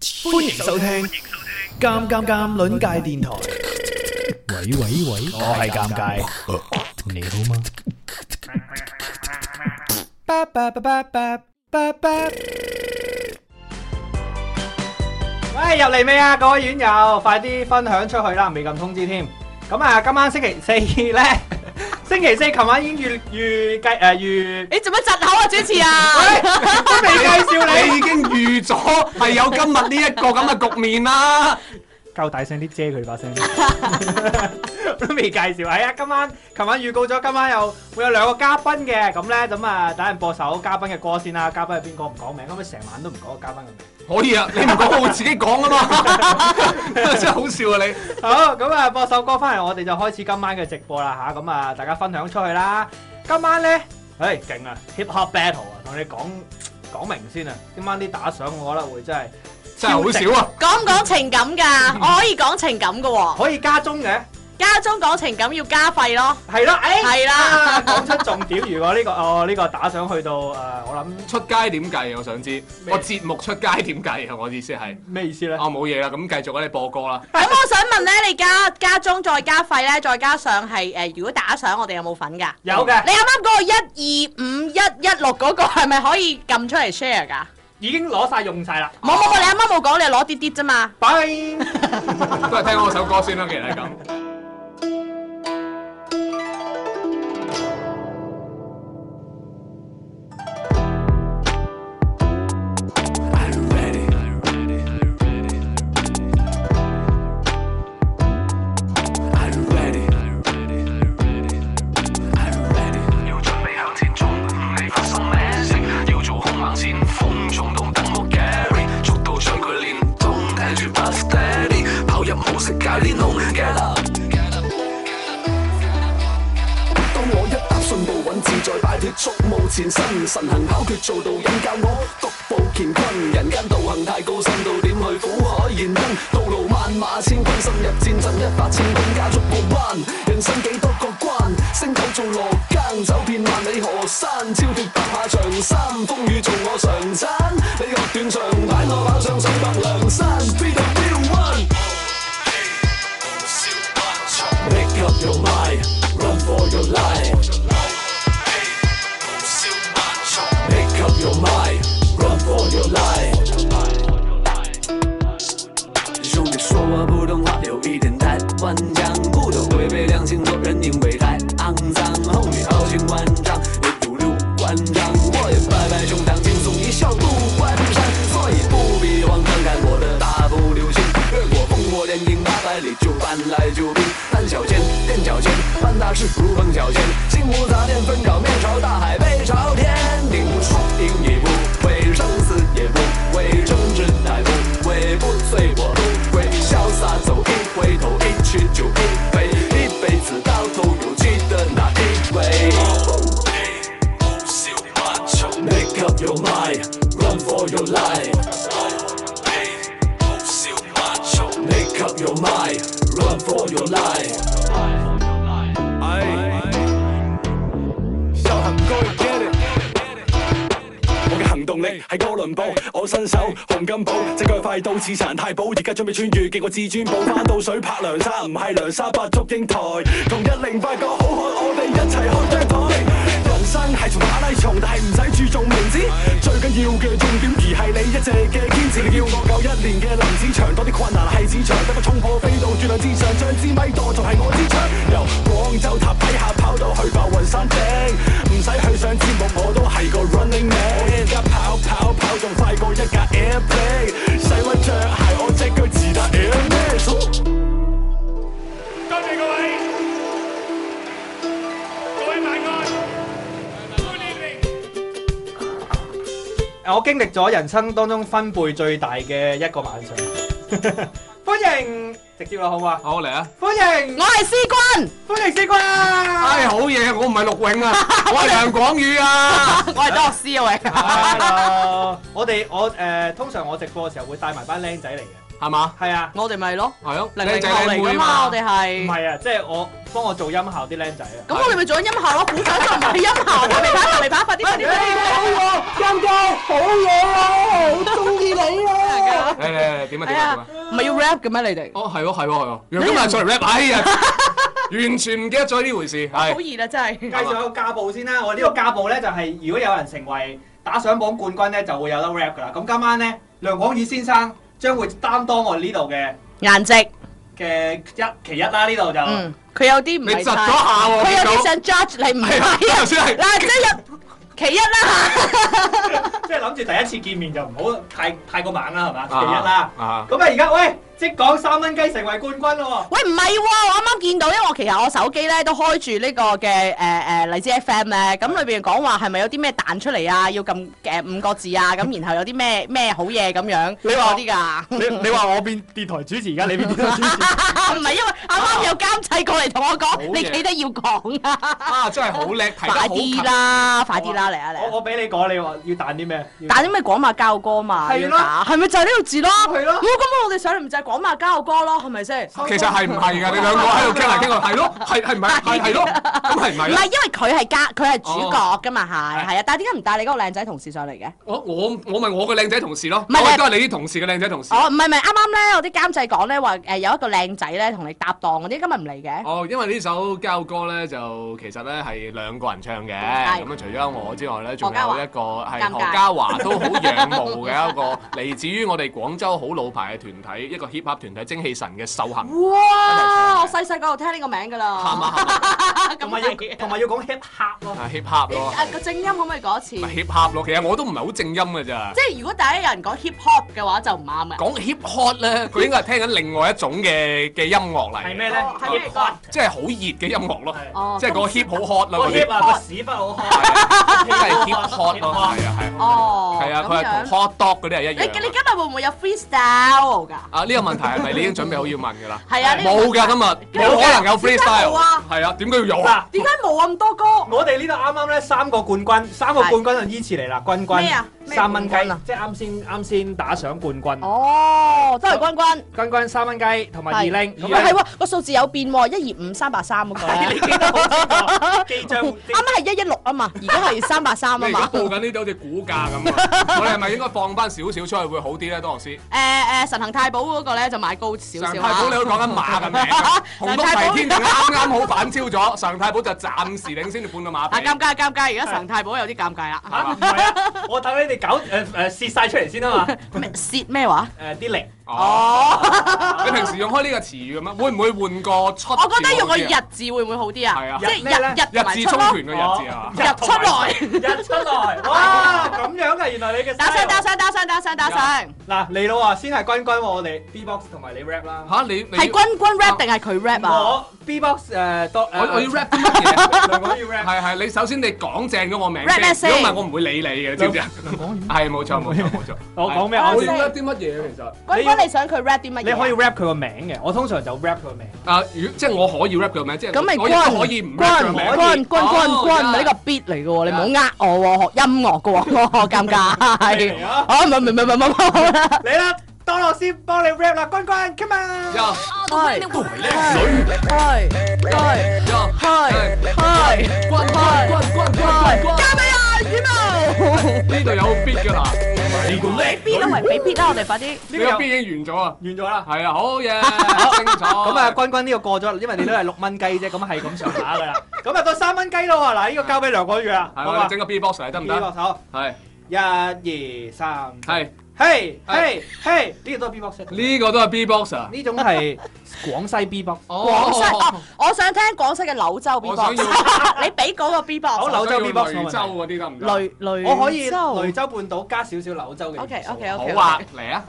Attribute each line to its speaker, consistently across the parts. Speaker 1: 歡迎收聽《尷尷尷》鄰界電台。
Speaker 2: 喂喂喂，
Speaker 1: 我係尷尬，
Speaker 2: 你好嗎？
Speaker 1: 巴巴巴巴巴巴巴。喂，入嚟未啊？各位院友，快啲分享出去啦！未撳通知添。咁啊，今晚星期四咧， 星期四琴晚已經預預計誒預，
Speaker 3: 你做乜窒口啊，主持
Speaker 1: 喂
Speaker 3: 啊？
Speaker 1: 都未介紹你
Speaker 4: 你已。經預咗係有今日呢一個咁嘅局面啦。
Speaker 1: 夠大聲啲遮佢把聲， 都未介紹。係啊，今晚琴晚預告咗，今晚有會有兩個嘉賓嘅，咁咧咁啊，等陣播首嘉賓嘅歌先啦。嘉賓係邊個唔講名，可唔可以啊成晚都唔講個嘉賓嘅名？
Speaker 4: 可以啊，你唔講我自己講啊嘛， 真係好笑啊你。
Speaker 1: 好，咁啊播首歌翻嚟，我哋就開始今晚嘅直播啦吓，咁啊大家分享出去啦。今晚咧，唉勁啊，hip hop battle 啊，同你講講明先啊，今晚啲打賞我覺得會真係
Speaker 4: 真係好少啊！
Speaker 3: 講唔講情感㗎？我可以講情感㗎喎。
Speaker 1: 可以加鐘嘅。
Speaker 3: 家中講情感要加費咯。
Speaker 1: 係啦，誒，
Speaker 3: 係啦
Speaker 1: 啊講出重點。如果呢個哦呢個打賞去到誒，我諗。
Speaker 4: 出街點計啊？我想知，
Speaker 1: 咩
Speaker 4: 我節目出街點計啊？我意思係，
Speaker 1: 咩意思
Speaker 3: 哦
Speaker 1: 咧？
Speaker 4: 啊冇嘢啦，咁繼續啦，你播歌啦。
Speaker 3: 咁我想問咧，你加家中再加費咧，再加上係誒，如果打賞我哋有冇份㗎？
Speaker 1: 有嘅
Speaker 3: 你，啱啱嗰個一二五一一六嗰個係咪可以撳出嚟 share 㗎？
Speaker 1: 已經攞晒用晒啦。
Speaker 3: 冇冇冇，你啱啱冇講，你係攞啲啲啫嘛。
Speaker 1: 拜。
Speaker 4: 都係聽我首歌先啦，其實係咁。
Speaker 5: 要準備向前衝，唔理發生咩事，要做兇猛先鋒，衝動等我 carry，速度將佢練通，聽住 b u s steady，跑入模式界呢弄 get up。當我一踏信步穩自在，擺脱觸目前身，神行巧決做到引教我獨步乾坤。人間道行太高深，到點去苦海現身？道路萬馬千軍，深入戰陣一百千軍加速過關。人生幾多個關，升斗做落更，走遍萬里河山，超脱白馬長衫，風雨做我常餐。你學斷腸擺我跑上水白梁山，Be the real one。Make up your mind, run for your life. Make up your mind, run for your life. 兄弟说我普通话有一点太官腔，不懂违背良心，做人因为太肮脏。后女豪情万丈，也独入官章。我也拍拍胸膛，轻松一笑度关山，所以不必妄看看我的大步流星，越过烽火连营，八百里就搬来救兵。搬小钱，垫脚尖，办大事如捧小钱，心无杂念，分秒面朝大海，背朝天，顶不输，赢也不为生死也不为政治乃不为不随我路，为潇洒走一回头，一去就一回，一辈子到头有记得那一回。Make up your mind, run for your life. Make up your mind, run for your life.
Speaker 6: 有行該 get it。我嘅行動力係哥倫布，我身手洪金寶，隻腳快到似殘太保，而家準備穿越，經過至尊寶，翻到水拍梁山，唔係梁山伯祝英台，同一零八個好漢，我哋一齊開張台。人生係從馬拉松，但係唔使注重名字，最緊要嘅重點而係你一直嘅堅持。你叫我九一年嘅林子祥，多啲困難係市場，得個衝破飛到絕亮之上，將支咪當做係我支槍，由廣州塔底下跑到去白雲山頂，唔使去上節目，我都係個 running man。我而家跑跑跑仲快過一架 airplane，使乜着鞋？我隻腳自帶 air m a
Speaker 7: 多謝各位，各位晚安，歡迎你。
Speaker 1: 我經歷咗人生當中分貝最大嘅一個晚上。 歡迎，直接啦，好嘛？
Speaker 4: 好嚟啊！
Speaker 1: 歡迎
Speaker 3: 我，係思君，
Speaker 1: 歡迎四哥啦！
Speaker 4: 唉，好嘢，我唔係陸 永啊，我係梁廣宇啊。
Speaker 3: 我係多斯啊喂。
Speaker 1: Hello，我哋我誒通常我直播嘅時候會帶埋班僆仔嚟嘅，
Speaker 4: 係嘛？
Speaker 1: 係啊，
Speaker 3: 我哋咪咯，
Speaker 4: 係咯，
Speaker 3: 零零
Speaker 4: 靚仔
Speaker 3: 後
Speaker 4: 靚
Speaker 3: 嚟噶
Speaker 4: 妹啊
Speaker 3: 嘛，
Speaker 4: 嘛
Speaker 3: 我。哋
Speaker 1: 唔
Speaker 3: 係。
Speaker 1: 係啊，即係我幫我做音效啲僆仔啊。
Speaker 3: 咁我哋咪做緊音效咯，鼓掌就唔係音效，快嚟拍，快嚟拍，快啲，快啲，快啲！
Speaker 4: 嚟嚟嚟，點啊
Speaker 3: 係
Speaker 4: 點啊點
Speaker 3: 啊
Speaker 4: 啊！，
Speaker 3: 唔係要 rap 嘅咩？你哋
Speaker 4: 哦，係喎係喎係喎，楊金啊再嚟 rap，哎呀， 完全唔記得咗呢回事，
Speaker 3: 好
Speaker 4: 係
Speaker 3: 易啦，真係。
Speaker 1: 介紹下個家暴先啦，我呢個家暴咧就係、如果有人成為打上榜冠軍咧，就會有得 rap 噶啦。咁今晚咧，梁廣宇先生將會擔當我呢度嘅
Speaker 3: 顏值，
Speaker 1: 嘅一其一啦，呢度就。
Speaker 3: 嗯，佢有啲唔
Speaker 4: 啊你
Speaker 3: 係
Speaker 4: 窒咗
Speaker 3: 太
Speaker 4: 下喎，
Speaker 3: 佢有
Speaker 4: 見
Speaker 3: 啲
Speaker 4: 到
Speaker 3: 想 judge 你唔係
Speaker 4: 係啊，
Speaker 3: 啊
Speaker 4: 頭先係
Speaker 3: 嗱，即係其一啦 嚇。
Speaker 1: 即係諗住第一次見面就唔好太太過猛啦，係嘛？
Speaker 4: 啊
Speaker 1: 其一啦。
Speaker 4: 啊，
Speaker 1: 咁啊，而家喂，即講三蚊雞成為冠軍咯
Speaker 3: 喂，唔係喎，我啱啱見到，因為我其實我手機咧都開住呢個嘅誒誒荔枝 FM 咧，咁裏邊講話係咪有啲咩彈出嚟啊？要撳誒五個字 啊，咁然後有啲咩咩好嘢咁樣，
Speaker 1: 你話
Speaker 3: 嗰啲㗎。
Speaker 1: 喎！你話我變電台主持，而家你變電台主持，
Speaker 3: 唔係因為啱啱有監製過嚟同我講，
Speaker 4: 嘢
Speaker 3: 你記得要講啊！
Speaker 4: 啊真係好 叻，提得好
Speaker 3: 快
Speaker 4: 勤
Speaker 3: 啲啦，快啲啦，嚟啊嚟
Speaker 1: 我
Speaker 3: 啊！
Speaker 1: 我俾你講，你話要彈啲咩？要
Speaker 3: 打啲咩廣馬交歌嘛？
Speaker 1: 係
Speaker 3: 要
Speaker 1: 咯
Speaker 3: 打，係咪就係呢個字咯？
Speaker 1: 係咯
Speaker 3: 冇咁我哋上嚟咪就係廣馬交歌咯，係咪先？
Speaker 4: 其實係唔係㗎？你兩個 喺度傾嚟傾去，係咯，係係唔係係係咯，咁係唔
Speaker 3: 唔
Speaker 4: 係
Speaker 3: 係
Speaker 4: 咧？
Speaker 3: 因為佢係家，佢係主角噶嘛，係係啊！但係點解唔帶你嗰個靚仔同事上嚟嘅？
Speaker 4: 我我我咪我嘅靚仔同事咯，
Speaker 3: 唔係
Speaker 4: 我亦
Speaker 3: 你
Speaker 4: 都係你啲同事嘅靚仔同事。
Speaker 3: 哦，唔係唔係，啱啱咧，我啲監製講咧話誒有一個靚仔咧同你搭檔嗰啲，今日唔嚟嘅。
Speaker 4: 哦，因為呢首交歌咧，就其實咧係兩個人唱嘅，
Speaker 3: 係
Speaker 4: 咁啊除咗我之外咧，仲
Speaker 3: 何家華
Speaker 4: 有一個係
Speaker 3: 尷尬
Speaker 4: 何家華都好仰慕嘅一個嚟自於我哋廣州好老牌嘅團體，一個 hip hop 團體精氣神嘅秀行。
Speaker 3: 哇！我細細個就聽呢個名㗎
Speaker 4: 喊
Speaker 3: 啦，
Speaker 4: 啊喊啊
Speaker 1: 同埋要同埋要講 hip hop 咯。
Speaker 4: 啊，hip hop
Speaker 3: 你
Speaker 4: 咯，
Speaker 3: 誒個正音可唔可以講一次？
Speaker 4: 咪 hip hop 咯。其實我都唔係好正音嘅咋。
Speaker 3: 即係如果第一有人講 hip hop 嘅話就唔啱嘅。
Speaker 4: 講 hip hop 咧，佢應該係聽緊另外一種嘅嘅音樂嚟。
Speaker 1: 係咩咧
Speaker 3: 哦係咩嚟
Speaker 1: ？hip hop
Speaker 3: 㗎
Speaker 4: 即係好熱嘅音樂咯，
Speaker 1: 係
Speaker 3: 哦，
Speaker 4: 即係個 hip 好 hot
Speaker 1: 個
Speaker 4: 咯嗰啲
Speaker 1: hip，啊，個屎忽好開。
Speaker 4: 係真係 hip hot 咯，係啊係啊。
Speaker 3: 哦，
Speaker 4: 係啊，佢
Speaker 3: 咁
Speaker 4: 係同
Speaker 3: 樣。
Speaker 4: hot dog 嗰啲係一
Speaker 3: 你
Speaker 4: 樣
Speaker 3: 你今
Speaker 4: 嘅。
Speaker 3: 日會唔會有 freestyle 㗎？
Speaker 4: 啊，呢個問題係咪你已經準備好要問㗎啦？
Speaker 3: 係啊，呢個
Speaker 4: 冇㗎，今日冇可能有
Speaker 3: 點解冇
Speaker 4: freestyle
Speaker 3: 啊。
Speaker 4: 係啊，點解要有
Speaker 1: 嗱
Speaker 4: 啊？
Speaker 3: 點解冇咁多歌？
Speaker 1: 我哋呢度啱啱咧三個冠軍，三個
Speaker 3: 係
Speaker 1: 冠軍就依次嚟啦，君君
Speaker 3: 咩啊咩
Speaker 1: 三蚊雞
Speaker 3: 冠軍啊，
Speaker 1: 即係啱先啱先打賞冠軍，
Speaker 3: 哦，都係君君。
Speaker 1: 君君三蚊雞同埋二
Speaker 3: 係
Speaker 1: 拎，咁
Speaker 3: 喂，係
Speaker 1: 樣
Speaker 3: 喎，個數字有變喎，一二五三八三嗰個
Speaker 1: 係
Speaker 3: 咧
Speaker 1: 你。記得好清楚，記帳
Speaker 3: 啱啱係一一六啊嘛，而家係三八三啊
Speaker 4: 你而家
Speaker 3: 嘛。
Speaker 4: 報緊呢啲好似股價咁啊！我哋係咪應該放翻少少出去會好啲咧，多樂師？
Speaker 3: 誒誒，神行太保嗰個咧就買高少
Speaker 4: 常
Speaker 3: 少
Speaker 4: 太保你
Speaker 3: 啦。
Speaker 4: 都講緊馬嘅名 啊，紅
Speaker 3: 常
Speaker 4: 都
Speaker 3: 太
Speaker 4: 齊
Speaker 3: 保
Speaker 4: 天定啱啱好反超咗，常太保就暫時領先半個馬
Speaker 3: 啊，
Speaker 4: 鼻。
Speaker 3: 尷尬尷尬，而家神太保有啲尷尬啦。
Speaker 1: 嚇唔係啊，我等你哋搞誒誒泄晒出嚟先啊嘛，
Speaker 3: 咩蝕咩話？
Speaker 1: 誒啲力
Speaker 4: 哦，
Speaker 3: 哦，
Speaker 4: 你平時用開呢個詞語嘅咩？會唔會換個出？
Speaker 3: 我覺得用個日字會唔會好啲
Speaker 4: 係啊
Speaker 3: 啊？即係
Speaker 1: 咩咧
Speaker 3: 日日同
Speaker 4: 日
Speaker 3: 埋
Speaker 4: 字
Speaker 3: 出
Speaker 4: 沖
Speaker 3: 咯。
Speaker 4: 拳嘅日字啊！
Speaker 3: 日出來
Speaker 1: 日出來，哇咁樣嘅，原來你嘅
Speaker 3: 打上
Speaker 1: style
Speaker 3: 打上打上打上打上，
Speaker 1: 嗱嚟到啊，先係君君喎，我哋 B-box 同埋你 rap 啦，
Speaker 4: 嚇你你
Speaker 3: 係君君 rap 定係佢
Speaker 1: Dạ.
Speaker 3: rap à? 啊？
Speaker 1: 我 B-box 誒多
Speaker 4: 我 我要 rap
Speaker 1: rap，
Speaker 4: 啲乜嘢？
Speaker 1: 兩個要 rap，
Speaker 4: 係係，你首先你講正咗我名
Speaker 3: Rap
Speaker 4: 先，如果唔
Speaker 3: 先
Speaker 4: 係我唔會理你嘅，你知唔知啊？ 係冇錯冇錯冇錯。
Speaker 1: 我講咩
Speaker 4: 係
Speaker 1: 我
Speaker 4: 我
Speaker 1: 先
Speaker 4: 要 rap 啲乜嘢其實？
Speaker 3: 君
Speaker 1: 你要
Speaker 3: 君你想佢 rap 啲乜嘢？
Speaker 1: 你可以 rap 佢個名嘅，我通常就 rap 佢個名。
Speaker 4: 啊，如即係我可以 rap 嘅名，即係
Speaker 3: 咁咪
Speaker 4: 我亦都可以唔 rap 嘅名。
Speaker 3: 君君君君
Speaker 4: 哦
Speaker 3: 咪呢個 beat 嚟嘅喎，你唔好呃我喎，學音樂嘅喎，我
Speaker 1: 嚟
Speaker 3: 尷尬。
Speaker 1: 啊！
Speaker 3: 哦，唔係唔係唔係唔係唔係啦。
Speaker 1: 嚟啦，多樂師幫你 rap 啦，君君，come on！
Speaker 4: 呀
Speaker 3: 係係係係
Speaker 4: 呀
Speaker 3: 係係
Speaker 4: 軍軍軍軍軍
Speaker 3: 係，
Speaker 4: 軍
Speaker 3: 加俾啊羽毛。
Speaker 4: 呢度有 beat 㗎啦，
Speaker 3: beat 啦，喂，俾 beat 啦，我哋快啲。
Speaker 4: 呢個 beat 已經完咗啊，
Speaker 1: 完咗啦。
Speaker 4: 係啊，好嘢，精彩。
Speaker 1: 咁啊，君君呢個過咗，因為你都係六蚊雞啫，咁係咁上下噶啦。咁啊，到三蚊雞咯喎，嗱，呢個交俾梁廣宇啦，
Speaker 4: 係
Speaker 1: 好
Speaker 4: 我哋
Speaker 1: 嘛？
Speaker 4: 整個 beat box 嚟得唔
Speaker 1: B
Speaker 4: 得？
Speaker 1: box 手，
Speaker 4: 係
Speaker 1: 一二三，
Speaker 4: 係
Speaker 1: 嘿嘿嘿，呢個都係 B box，
Speaker 4: 呢個都係 beat box 啊。
Speaker 1: 呢種係廣西 B box。
Speaker 3: 廣
Speaker 4: 廣
Speaker 3: 西哦，我想聽廣西嘅柳州
Speaker 4: 我想
Speaker 3: B-box，
Speaker 4: 要
Speaker 3: 你俾嗰個 B-box
Speaker 1: 好
Speaker 3: 我。
Speaker 1: 柳州 beatbox
Speaker 4: 雷州嗰啲得唔得？
Speaker 3: 雷 雷
Speaker 1: 我可以
Speaker 3: 州
Speaker 1: 雷州半島加少少柳州嘅元素。
Speaker 3: OK OK OK。
Speaker 4: 好啊，嚟啊！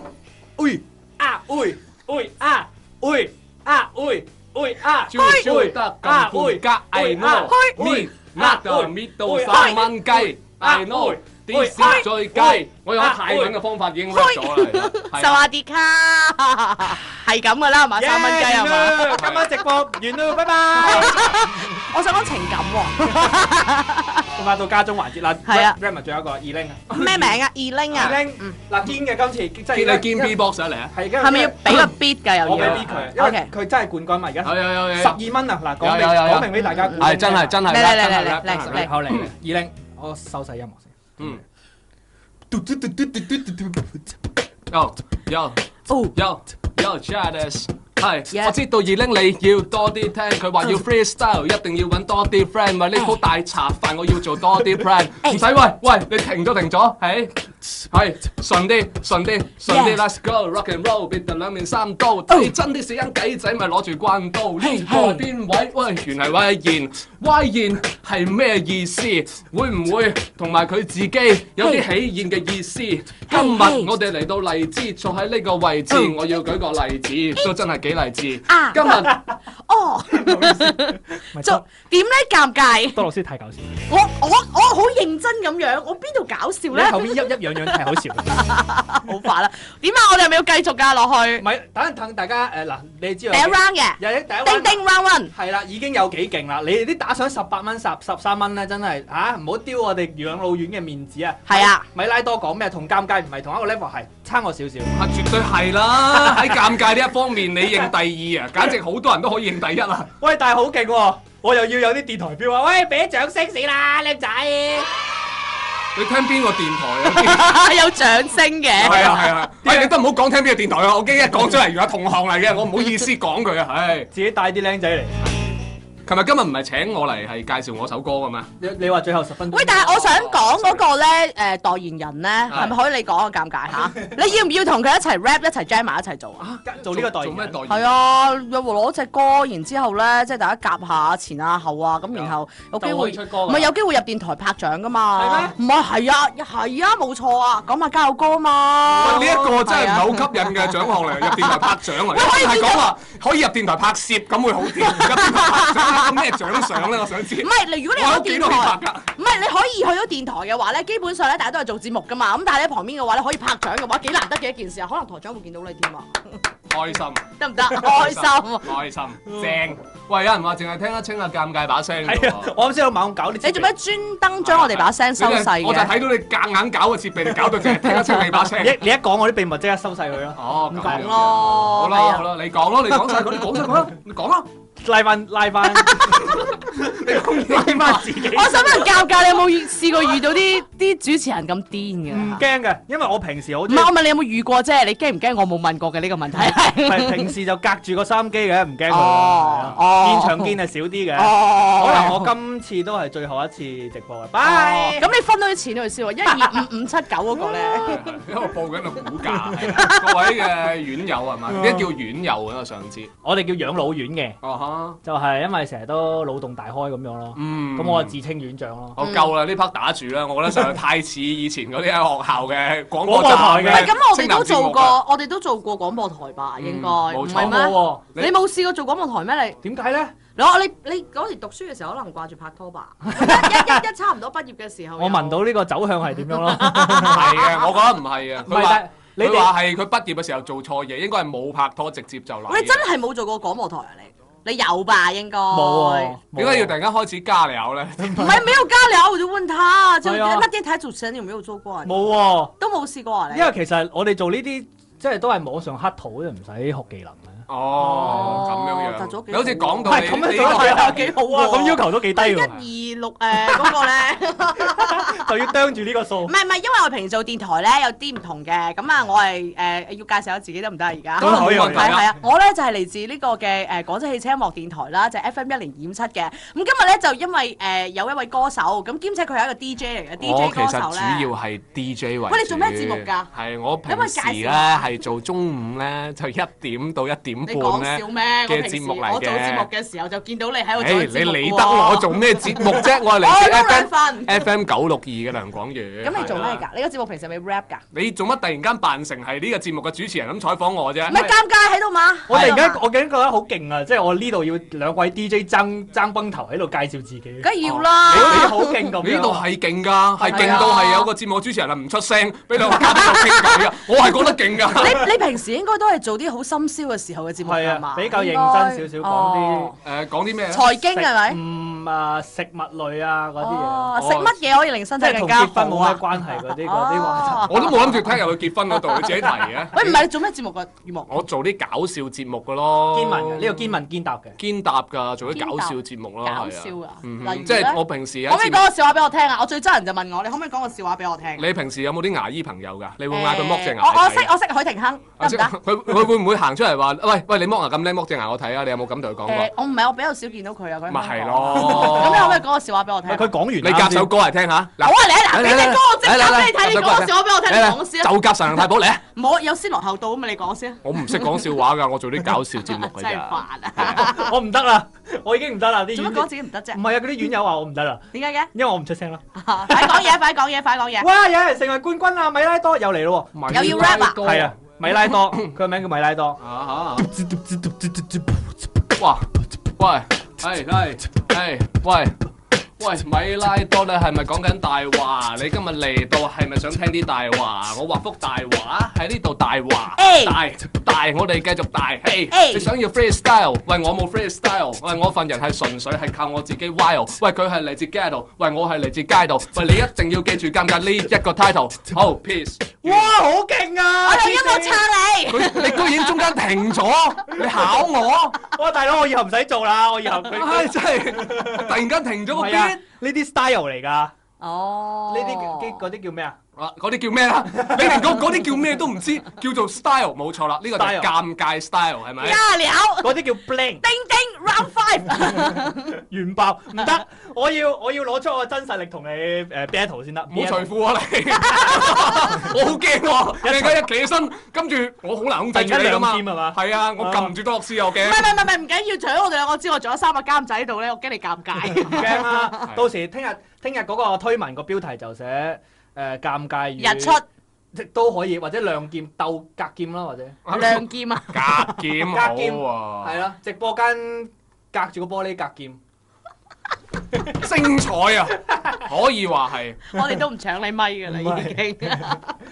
Speaker 1: 喂啊喂喂啊喂啊喂喂啊
Speaker 4: 就就得咁半格，I know。面辣到搣到三蚊雞，I know。啲先最雞，我用泰文嘅方法已經 rap 咗啦。
Speaker 3: 就話啲卡，係咁噶啦，係嘛？三蚊雞係 嘛？
Speaker 1: Yeah，完啦今晚直播完啦，拜拜。
Speaker 3: 我想講情感喎。
Speaker 1: 快到家中環節啦。
Speaker 3: 係啊
Speaker 1: r a m 仲有一個二 ling 啊，
Speaker 3: 咩名啊？二 ling
Speaker 1: 二
Speaker 3: 啊，
Speaker 1: ling 嗱堅嘅今次真
Speaker 4: 你
Speaker 1: 係
Speaker 4: 見 B box 上嚟啊！
Speaker 1: 係
Speaker 3: 係咪要俾個 bid 㗎？
Speaker 1: 我
Speaker 3: 又
Speaker 1: 俾
Speaker 3: 要
Speaker 1: B 佢，因為
Speaker 3: OK
Speaker 1: 佢真係冠軍嘛，而家
Speaker 4: 有有有有，
Speaker 1: 十二蚊啊！嗱，講明
Speaker 4: 有有有有
Speaker 1: 講明俾大家估，
Speaker 4: 係真係真係
Speaker 3: 嚟嚟嚟
Speaker 4: 真係
Speaker 3: 嚟
Speaker 4: 真
Speaker 3: 嚟嚟
Speaker 4: 係
Speaker 1: 嚟口嚟二 ling，我收細音樂先。
Speaker 4: 嗯。Yo yo
Speaker 3: 哦
Speaker 4: yo yo Charles，係
Speaker 3: Yeah Oh.
Speaker 4: 我知道二拎你要多啲聽，佢話要 freestyle，一定要揾多啲 friend，為呢鋪大茶飯我要做多 啲 friend，唔使喂喂，你停咗停咗，係係順啲順啲順啲
Speaker 3: Yeah Oh
Speaker 4: ，let's go rock and roll，別就兩面三刀，睇真啲死人計仔咪攞住關刀，呢個邊位喂原嚟威賢，威賢係咩意思？會唔會同埋佢自己有啲喜宴嘅意思？今日我哋嚟到荔枝，坐喺呢個位置，
Speaker 1: 嗯
Speaker 4: 我要舉個例子，都真係幾勵志。
Speaker 3: 啊
Speaker 4: 今日
Speaker 3: 哦，
Speaker 1: 咪
Speaker 3: 就
Speaker 1: 多
Speaker 3: 點咧尷尬？
Speaker 1: 多老師太搞笑，
Speaker 3: 我我我好認真咁樣，我邊度搞笑
Speaker 1: 你
Speaker 3: 咧？
Speaker 1: 後面一一樣樣太好 笑啦。
Speaker 3: 好煩啦！點啊？我哋係咪要繼續㗎落去
Speaker 1: 唔？係，等陣等大家誒嗱，你知
Speaker 3: 第
Speaker 1: 道
Speaker 3: 一 round 嘅，
Speaker 1: 有啲第一
Speaker 3: 叮
Speaker 1: round
Speaker 3: 叮 round one，
Speaker 1: 係啦，已經有幾勁啦！你哋啲打賞十八蚊、十十三蚊咧，真係嚇唔好丟我哋養老院嘅面子啊！
Speaker 3: 係啊，
Speaker 1: 米拉多講咩同尷尬唔係同一個 level，係差我少少。
Speaker 4: 啊，絕對係啦！喺尷尬呢一方面，你認第二啊，簡直好多人都可以認第一啊！
Speaker 1: 喂，但係好勁喎！我又要有啲電台標啊！喂，俾掌聲死啦，靚仔！
Speaker 4: 你聽邊個電台 啊？
Speaker 3: 有掌聲
Speaker 4: 係
Speaker 3: 嘅，
Speaker 4: 啊係啊，喂，你都唔好講聽邊個電台啊！我驚一講出嚟，如果同行嚟嘅，我唔好意思講佢啊！唉，
Speaker 1: 自己帶啲靚仔嚟。
Speaker 4: 琴日今日唔係請我嚟，係介紹我首歌嘅咩？
Speaker 1: 你你話最後十分鐘？
Speaker 3: 喂，但係我想講嗰個咧，誒代言人咧，係咪可以你講個尷尬 嚇？你要唔要同佢一齊 rap 一齊 jam 埋一齊做啊？
Speaker 4: 啊
Speaker 1: 做呢個代
Speaker 4: 做
Speaker 1: 言
Speaker 4: 咩代
Speaker 3: 係
Speaker 4: 言？
Speaker 3: 啊，有冇攞只歌，然之後咧，即係大家夾下前啊後啊，咁然後有機
Speaker 4: 就可
Speaker 3: 會
Speaker 4: 以出歌㗎
Speaker 3: 唔係有機會入電台拍獎噶嘛？唔係係啊，係啊，冇錯啊，講埋交友歌嘛。啊
Speaker 4: 喂，呢一個真係唔係好吸引嘅獎項嚟，入電台拍獎啊！
Speaker 3: 喂可以
Speaker 4: 一係
Speaker 3: 見
Speaker 4: 講
Speaker 3: 到
Speaker 4: 話可以入電台拍攝，咁會好啲。入電台拍獎有咩獎賞咧？我想知。
Speaker 3: 唔係，你如果你
Speaker 4: 我有
Speaker 3: 去
Speaker 4: 幾
Speaker 3: 到
Speaker 4: 多
Speaker 3: 電
Speaker 4: 戲
Speaker 3: 台
Speaker 4: 拍，㗎？
Speaker 3: 唔係你可以去到電台嘅話咧，基本上咧大家都係做節目噶嘛。咁但係咧旁邊嘅話咧可以拍獎嘅話，幾難得嘅一件事啊！可能台長會見到你添 啊，
Speaker 4: 開心。
Speaker 3: 得唔得？開 心啊！
Speaker 4: 開心，正。喂，有人話淨係聽得清啊，尷尬把聲㗎
Speaker 1: 係
Speaker 4: 喎
Speaker 1: 啊！我啱先有猛咁搞啲設備。
Speaker 3: 你做咩專登將我哋把聲收細
Speaker 4: 你就我就
Speaker 3: 嘅？
Speaker 4: 睇到你夾硬搞個設備，你搞到淨係聽得清你把聲。
Speaker 1: 你一你一講我啲秘密，即刻收細佢咯。
Speaker 4: 哦，咁樣
Speaker 3: 講。咯，
Speaker 4: 好啦
Speaker 3: 係啊
Speaker 4: 好啦，你講咯，你講晒佢，你講晒佢啦，你講啦，
Speaker 1: 拉翻拉翻，
Speaker 4: 你講完
Speaker 1: 拉
Speaker 4: 啦
Speaker 1: 翻自己。
Speaker 3: 我想問教教，你有冇遇試過遇到啲啲主持人咁癲
Speaker 1: 唔
Speaker 3: 嘅？
Speaker 1: 驚嘅，因為我平時好
Speaker 3: 唔
Speaker 1: 中
Speaker 3: 係，
Speaker 1: 意
Speaker 3: 我問你有冇遇過啫？你驚唔驚？我冇問過嘅呢個問題係。
Speaker 1: 係平時就隔住個收音機嘅，唔驚佢。
Speaker 3: 哦
Speaker 1: 係啊現
Speaker 3: 哦
Speaker 1: 場見係少啲嘅。
Speaker 3: 哦
Speaker 1: 可能我今次都係最後一次直播啦，
Speaker 3: 哦
Speaker 1: 拜。
Speaker 3: 咁你分到啲錢去先喎，一二五五七九嗰個咧，
Speaker 4: 因為我報緊個股價，係各位嘅院友係嘛？點解叫院友啊？我上次，
Speaker 1: 我哋叫養老院嘅，
Speaker 4: 哦哈，
Speaker 1: 就係因為成日都腦洞大開咁樣咯。
Speaker 4: 嗯，
Speaker 1: 咁我就自稱院長咯。
Speaker 4: 我
Speaker 3: 嗯
Speaker 4: 夠啦，呢 part 打住啦，我覺得實在太似以前嗰啲喺學校嘅廣播
Speaker 1: 廣播台嘅
Speaker 4: 站
Speaker 3: 唔係咁，我
Speaker 4: 清
Speaker 3: 哋
Speaker 4: 談節目
Speaker 3: 都做
Speaker 4: 㗎
Speaker 3: 過，我哋都做過廣播台吧，應該
Speaker 4: 嗯冇
Speaker 3: 唔
Speaker 4: 錯
Speaker 3: 係
Speaker 1: 冇
Speaker 3: 咩？
Speaker 1: 喎，
Speaker 4: 你
Speaker 3: 你冇試過做廣播台咩？你
Speaker 1: 點解咧？
Speaker 3: 你我你你嗰時讀書嘅時候，可能掛住拍拖吧，一一一一差唔多畢業嘅時候，
Speaker 1: 我聞到呢個走向係點樣咯？
Speaker 4: 係嘅，我覺得唔係啊。
Speaker 1: 唔
Speaker 4: 佢
Speaker 1: 係，
Speaker 4: 話
Speaker 1: 但你
Speaker 4: 佢
Speaker 1: 哋
Speaker 4: 話係佢畢業嘅時候做錯嘢，應該係冇拍拖，直接就嚟。
Speaker 3: 你真係冇做過廣播台啊？你你有吧？應該
Speaker 1: 冇喎，
Speaker 4: 點解要突然間開始加料 咧？
Speaker 3: 唔係沒有加料，我就問他，就
Speaker 1: 哎呀
Speaker 3: 那電台主持人有沒有做過啊？
Speaker 1: 冇
Speaker 3: 都冇試過啊
Speaker 1: 喎？
Speaker 3: 你
Speaker 1: 因。為其實我哋做呢啲即係都係網上黑圖，都唔使學技能嘅。
Speaker 4: 哦，咁
Speaker 3: 哦
Speaker 4: 樣
Speaker 3: 就
Speaker 4: 樣
Speaker 3: 早，幾
Speaker 4: 你好似講
Speaker 1: 唔
Speaker 4: 到
Speaker 1: 係
Speaker 4: 你
Speaker 1: 咁樣
Speaker 4: 你
Speaker 1: 做
Speaker 4: 呢
Speaker 1: 得
Speaker 4: 個
Speaker 1: 最
Speaker 3: 係幾好喎
Speaker 1: 哇！咁要求都幾低喎，
Speaker 3: 一二六 誒嗰個咧，
Speaker 1: 就要啄住呢個
Speaker 3: 唔
Speaker 1: 數。
Speaker 3: 啊係唔係，啊因為我平時做電台咧有啲唔同嘅，咁啊我係誒、要介紹下自己得唔得啊？而家
Speaker 4: 當然可以
Speaker 3: 係
Speaker 4: 可以
Speaker 3: 係啊，我咧就係、嚟自呢個嘅誒廣州汽車音樂電台啦，就 F M 一零二五七嘅。咁今日咧就因為誒、有一位歌手，咁兼且佢係一個 D J 嚟嘅
Speaker 4: 我
Speaker 3: DJ
Speaker 4: 其
Speaker 3: 歌
Speaker 4: 實
Speaker 3: 手
Speaker 4: 主
Speaker 3: 咧。
Speaker 4: 要係 DJ 為主。
Speaker 3: 喂你做咩節目㗎
Speaker 4: 係我
Speaker 3: 有
Speaker 4: 平
Speaker 3: 冇
Speaker 4: 時
Speaker 3: 介紹
Speaker 4: 咧係做中午咧，就一點到一點
Speaker 3: 你講
Speaker 4: 半
Speaker 3: 笑
Speaker 4: 咧。
Speaker 3: 咩？我
Speaker 4: 嘅
Speaker 3: 平時
Speaker 4: 節目嚟嘅
Speaker 3: 我做節目嘅時候就見到你喺度做
Speaker 4: 誒，
Speaker 3: 節目
Speaker 4: 你理
Speaker 3: 喎
Speaker 4: 得我做咩節目啫？我係
Speaker 3: 我都
Speaker 4: 嚟
Speaker 3: 兩
Speaker 4: 自
Speaker 3: 份。
Speaker 4: FM FM 九六二嘅梁廣宇。
Speaker 3: 咁你做咩
Speaker 4: 係啊？
Speaker 3: 㗎？你個節目平時係咪 rap 㗎？
Speaker 4: 你做乜突然間扮成係呢個節目嘅主持人咁採訪我啫？
Speaker 3: 唔係尷尬喺度嘛？
Speaker 1: 我突然
Speaker 3: 喺
Speaker 1: 間
Speaker 3: 度嘛
Speaker 1: 我竟然覺得好勁啊！即係我呢度要兩位 DJ 爭爭崩頭喺度介紹自己。你
Speaker 3: 梗係要啦。
Speaker 1: 你好勁咁樣。
Speaker 4: 呢度係勁㗎，係
Speaker 3: 係啊
Speaker 4: 勁到係有個節目主持人唔出 聲，俾兩個嘉賓喺度傾偈㗎。我係覺得勁㗎。
Speaker 3: 你你平時應該都係做啲好深宵嘅時候嘅節目
Speaker 1: 係
Speaker 3: 係
Speaker 1: 啊
Speaker 3: 嘛？，
Speaker 1: 比較認真少少講
Speaker 4: 誒講啲咩啊？
Speaker 3: 財經
Speaker 1: 啲
Speaker 3: 係咪？
Speaker 1: 食物啊、食物類啊嗰啲
Speaker 3: 哦，食乜嘢可以令身
Speaker 1: 嘢，即係
Speaker 3: 體更
Speaker 1: 同
Speaker 3: 加
Speaker 1: 結婚
Speaker 3: 好
Speaker 1: 冇乜
Speaker 3: 啊？
Speaker 1: 關係嗰啲嗰啲話
Speaker 3: 哦
Speaker 1: 題。
Speaker 4: 我都冇諗住聽入去結婚嗰度，你自己提 嘅。
Speaker 3: 喂，唔係你做咩節目嘅羽毛？
Speaker 4: 我做啲搞笑節目嘅咯。
Speaker 1: 堅文嘅呢個堅文堅答嘅，
Speaker 4: 堅答㗎，做啲搞笑節目咯，係啊
Speaker 3: 搞笑啊
Speaker 4: 嗯
Speaker 3: 例如咧
Speaker 4: 即係我平時喺
Speaker 3: 可唔可
Speaker 4: 節
Speaker 3: 以講
Speaker 4: 目，
Speaker 3: 個笑話俾我聽啊？我最憎人就問我，你可唔可以講個笑話俾我聽？
Speaker 4: 你平時有冇啲牙醫朋友㗎？你會嗌佢剝隻牙睇㗎？
Speaker 3: 誒我我識我識許廷鏗，得唔
Speaker 4: 即係
Speaker 3: 得？
Speaker 4: 啊佢佢會唔會行出嚟話？喂喂，你剝牙咁叻，剝隻牙我睇啊！你有冇咁同佢講
Speaker 3: 誒
Speaker 4: 過？，
Speaker 3: 我唔係，我比較少見到佢啊。佢喺
Speaker 4: 咪
Speaker 3: 香
Speaker 4: 係
Speaker 3: 港
Speaker 4: 咯
Speaker 3: 咁你可唔可以講個笑話俾我聽？
Speaker 1: 喂佢講完
Speaker 4: 你
Speaker 1: 啦
Speaker 4: 夾
Speaker 1: 先
Speaker 4: 首歌嚟聽下。
Speaker 3: 好啊，你嗱，你你歌我即
Speaker 4: 嚟嚟
Speaker 3: 刻
Speaker 4: 嚟
Speaker 3: 俾你睇，你
Speaker 4: 夾首歌嚟
Speaker 3: 講個笑話俾我聽，你
Speaker 4: 嚟嚟
Speaker 3: 講先啊
Speaker 4: 就夾神行太保嚟啊！
Speaker 3: 冇有先落後到咁啊！你講先啊，
Speaker 4: 我唔識講笑話㗎，我做啲搞笑節
Speaker 3: 真
Speaker 4: 目㗎
Speaker 3: 係煩
Speaker 4: 咋。
Speaker 3: 啊！
Speaker 1: 我唔得啦，我已經唔得啦啲
Speaker 3: 做乜
Speaker 1: 院
Speaker 3: 講自己唔得啫
Speaker 1: 唔？係啊，嗰啲院友話我唔得啦，
Speaker 3: 點解嘅？
Speaker 1: 因為我唔出聲啦。
Speaker 3: 快講嘢，快講嘢，快講 嘢！
Speaker 1: 哇！有人成為冠軍啊！米拉多又嚟咯
Speaker 3: 又要 rap 啊
Speaker 1: 喎，係 啊，米拉多，佢個名叫米拉多。
Speaker 4: 啊嚇！哇！喂，係係係，喂喂，米拉多你係咪講緊大話？你今日嚟到係咪想聽啲大話？我畫幅大畫喺呢度大話，
Speaker 3: 哎
Speaker 4: 大大，我哋繼續大。嘿
Speaker 3: 哎，
Speaker 4: 你想要 freestyle？喂，我冇 freestyle，喂，我份人係純粹係靠我自己 wild。喂，佢係嚟自街度，喂，我係嚟自街度。喂，你一定要記住尷尬呢一個 title。好，peace。
Speaker 1: 哇！好勁啊！
Speaker 3: 我用音樂撐你。
Speaker 4: 佢你居然中間停咗，你考我？
Speaker 1: 哇！大佬，我以後唔使做啦，我以 後 佢
Speaker 4: 唉，真係突然間停咗個
Speaker 1: 係啊
Speaker 4: beat，
Speaker 1: 呢啲 style 嚟㗎，呢
Speaker 3: 哦。
Speaker 1: 啲啲嗰啲叫咩啊？
Speaker 4: 啊嗰啲叫咩啊？ 你連嗰嗰啲叫咩都唔知，叫做 style，冇錯啦，呢個就係
Speaker 1: Style
Speaker 4: 尷尬 style 係咪？
Speaker 3: 加料，
Speaker 1: 嗰啲叫 bling
Speaker 3: 叮叮 round five。
Speaker 1: 完爆，唔得！我要我要攞出我嘅真實力同你誒 battle 先得。
Speaker 4: 唔好除褲啊 你！我好驚喎，你而家一企起身，跟住我好難控制住你噶嘛
Speaker 1: 突然間兩劍係嘛？
Speaker 4: 係啊，我撳唔住多樂斯啊，我
Speaker 3: 唔係
Speaker 4: 驚。
Speaker 3: 唔係唔係，唔緊要，除咗我哋兩個之外，仲有三個監仔喺度咧，我驚你尷
Speaker 1: 唔
Speaker 3: 尬。
Speaker 1: 驚啦，到時聽日聽日嗰個推文個標題就寫誒尷尬語
Speaker 3: 日出
Speaker 1: 即都可以，或者亮劍鬥格劍啦，或者
Speaker 4: Ờ.
Speaker 3: 亮劍 啊！
Speaker 4: 隔劍好啊喎，
Speaker 1: 係啦，直播間隔住個玻璃隔劍。
Speaker 4: 精彩啊！可以話係
Speaker 3: 我哋都唔搶你咪㗎啦，已經。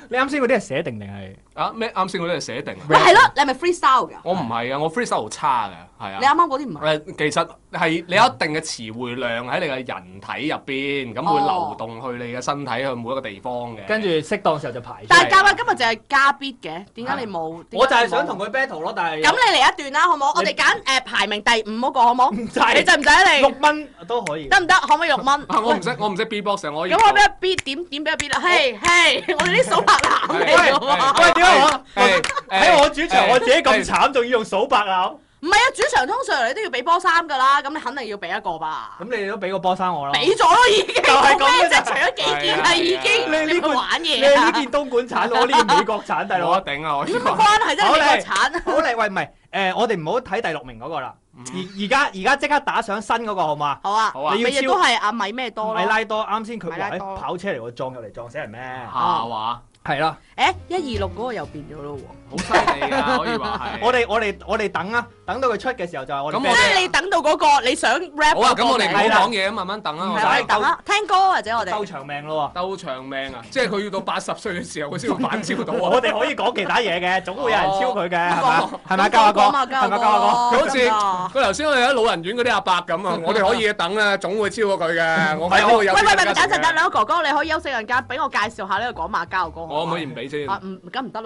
Speaker 1: 你啱先嗰啲係寫定定係？
Speaker 4: 啊咩？啱先我都係寫定啊，
Speaker 3: 喂，係咯，你係咪 freestyle 㗎？
Speaker 4: 我唔係啊，我 freestyle 好差嘅，係啊
Speaker 3: 你。啱啱嗰啲唔係。
Speaker 4: 誒，其實係你有一定嘅詞彙量喺你嘅人體入邊，咁會流
Speaker 3: 哦
Speaker 4: 動去你嘅身體去每一個地方嘅。
Speaker 1: 跟住適當時候就排出
Speaker 3: 但
Speaker 1: 嚟。
Speaker 3: 係嘉賓今日就係加 bit 嘅，點解你冇？
Speaker 1: 我就係想同
Speaker 3: 佢。
Speaker 1: 佢 battle 咯，但係
Speaker 3: 咁你嚟一段啦，好冇？我哋揀誒排名第五嗰個，好冇？你制唔制啊？
Speaker 1: 六
Speaker 3: 你
Speaker 1: 蚊都可以。
Speaker 3: 得唔得？可唔可以六蚊？
Speaker 4: 啊，我唔識，我唔識 B-box，我可以
Speaker 3: 咁我俾一 bit 點點俾一 bit 啦，嘿 嘿，我哋啲數白男嚟㗎喎。
Speaker 1: 喂，點解我
Speaker 4: 誒
Speaker 1: 喺我主場
Speaker 4: 誒
Speaker 1: 我自己咁啊
Speaker 4: 誒
Speaker 1: 慘，仲要用數白攬？
Speaker 3: 唔係啊，主場通常你都要俾波衫㗎啦，咁你肯定要俾一個吧？
Speaker 1: 咁你都俾個波衫我啦。
Speaker 3: 俾啊咗咯已經，
Speaker 1: 就係咁
Speaker 3: 做咩
Speaker 1: 嘅
Speaker 3: 啫？
Speaker 1: 就
Speaker 3: 除
Speaker 1: 係
Speaker 3: 咗幾件係已經，
Speaker 1: 你呢
Speaker 3: 你咪
Speaker 1: 個
Speaker 3: 玩
Speaker 1: 你
Speaker 3: 嘢
Speaker 1: 呢
Speaker 3: 啊？
Speaker 1: 件東莞產，我呢件美國產，大佬
Speaker 4: 我。頂啊！我
Speaker 3: 有乜關係啫？你美國產
Speaker 1: 好嚟，喂，唔係，誒，我哋唔好睇第六名嗰個啦，而
Speaker 4: 嗯
Speaker 1: 而家而家即刻打上新嗰個好嘛？
Speaker 3: 好啊，
Speaker 4: 好啊
Speaker 3: 你亦都係阿米咩多咯
Speaker 1: 米？拉多啱先佢
Speaker 3: 米拉
Speaker 1: 話
Speaker 3: 多
Speaker 1: 誒跑車嚟喎，撞入嚟撞死人咩？
Speaker 4: 下話
Speaker 1: 係啦，
Speaker 3: 誒，一二六嗰個又變咗咯喎。
Speaker 4: 好犀利啊，可以話係。
Speaker 1: 我哋我哋我哋等啊，等到佢出嘅時候就係我哋
Speaker 4: 咁
Speaker 1: battle。
Speaker 4: 我
Speaker 3: 即係你等到嗰個你想 rap
Speaker 4: 好啊，
Speaker 3: 嗰個
Speaker 4: 咁我哋唔
Speaker 1: 係
Speaker 3: 名
Speaker 1: 啦
Speaker 4: 好講嘢啊，慢慢等啊。
Speaker 1: 唔
Speaker 4: 我
Speaker 1: 使
Speaker 3: 係我哋
Speaker 4: 哋
Speaker 3: 等啦，聽歌或者我
Speaker 1: 鬥
Speaker 3: 哋
Speaker 1: 長命咯
Speaker 4: 鬥長命啊，即係佢要到八十歲嘅時候，佢 先會反超到
Speaker 1: 喎，我
Speaker 4: 啊。
Speaker 1: 哋可以講其他嘢嘅，總會有人超佢嘅，係咪
Speaker 4: 哦？
Speaker 1: 係咪教下哥？
Speaker 3: 咁講啊
Speaker 1: 係咪教下哥？
Speaker 4: 佢好似
Speaker 3: 真 㗎
Speaker 4: 佢頭先我哋喺老人院嗰啲阿伯咁 啊，我哋可以等啊，總會超過佢嘅。我係
Speaker 3: 喂
Speaker 4: 我
Speaker 3: 喂
Speaker 4: 有
Speaker 3: 喂，
Speaker 4: 資格
Speaker 3: 喂等陣
Speaker 4: 嘅
Speaker 3: 等兩位哥哥，你可以休息陣間，俾我介紹下呢個廣馬交歌。
Speaker 4: 我可唔可以唔俾先？
Speaker 3: 啊，唔咁唔得
Speaker 4: 啊咁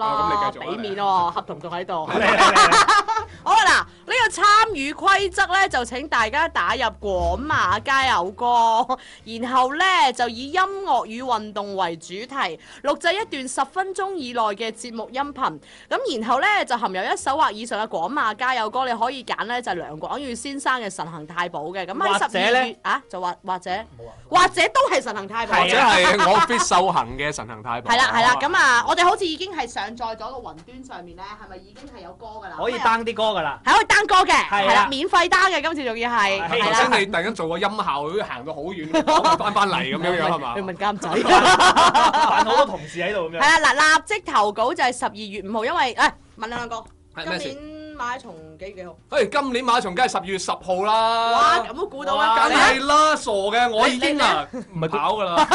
Speaker 4: 你，
Speaker 3: 啦
Speaker 4: 繼續啊
Speaker 3: 俾
Speaker 4: 你
Speaker 3: 面喎，合同仲喺度。
Speaker 1: 嚟嚟嚟嚟
Speaker 3: 好啦，嗱，呢個參與規則呢，就請大家打入廣馬街牛歌，然後呢，就以音樂與運動為主題，錄製一段十分鐘以內嘅節目音頻。咁然後呢，就含有一首或以上嘅廣馬街牛歌，你可以揀呢，就係梁廣宇先生嘅《神行太保》嘅。咁
Speaker 1: 或
Speaker 3: 喺十
Speaker 1: 者
Speaker 3: 二
Speaker 1: 呢
Speaker 3: 月啊，就或或者或者都係《神行太保》
Speaker 4: 或
Speaker 1: 係
Speaker 4: 者
Speaker 1: 啊
Speaker 4: 係我必受行嘅神行太保。
Speaker 3: 係啦係啦，咁啊，我哋好似已經係上載咗個雲端上面咧，係咪已經係有歌㗎啦？
Speaker 1: 可以
Speaker 3: 咁啊
Speaker 1: down 啲歌㗎啦。
Speaker 3: 係可以 down 歌嘅，
Speaker 1: 係
Speaker 3: 係
Speaker 1: 啦
Speaker 3: 啦，免費 down 嘅，今次仲要係
Speaker 1: 係
Speaker 3: 係
Speaker 4: 頭
Speaker 1: 啦
Speaker 4: 先你突然間做個音效，佢行到好 遠，翻翻嚟咁樣樣係嘛
Speaker 3: 你？問監仔。
Speaker 1: 扮好多同事喺度咁樣。
Speaker 3: 係啦，嗱，立即投稿就係十二月五號，因為誒問兩兩個，
Speaker 4: 係咩事
Speaker 3: 今年馬拉松幾幾號？
Speaker 4: 誒，哎今年馬拉松梗係十月十號啦。
Speaker 3: 哇，咁都估到啦，
Speaker 4: 梗
Speaker 3: 你啊
Speaker 4: 係啦，傻嘅，我已經啊唔跑噶啦。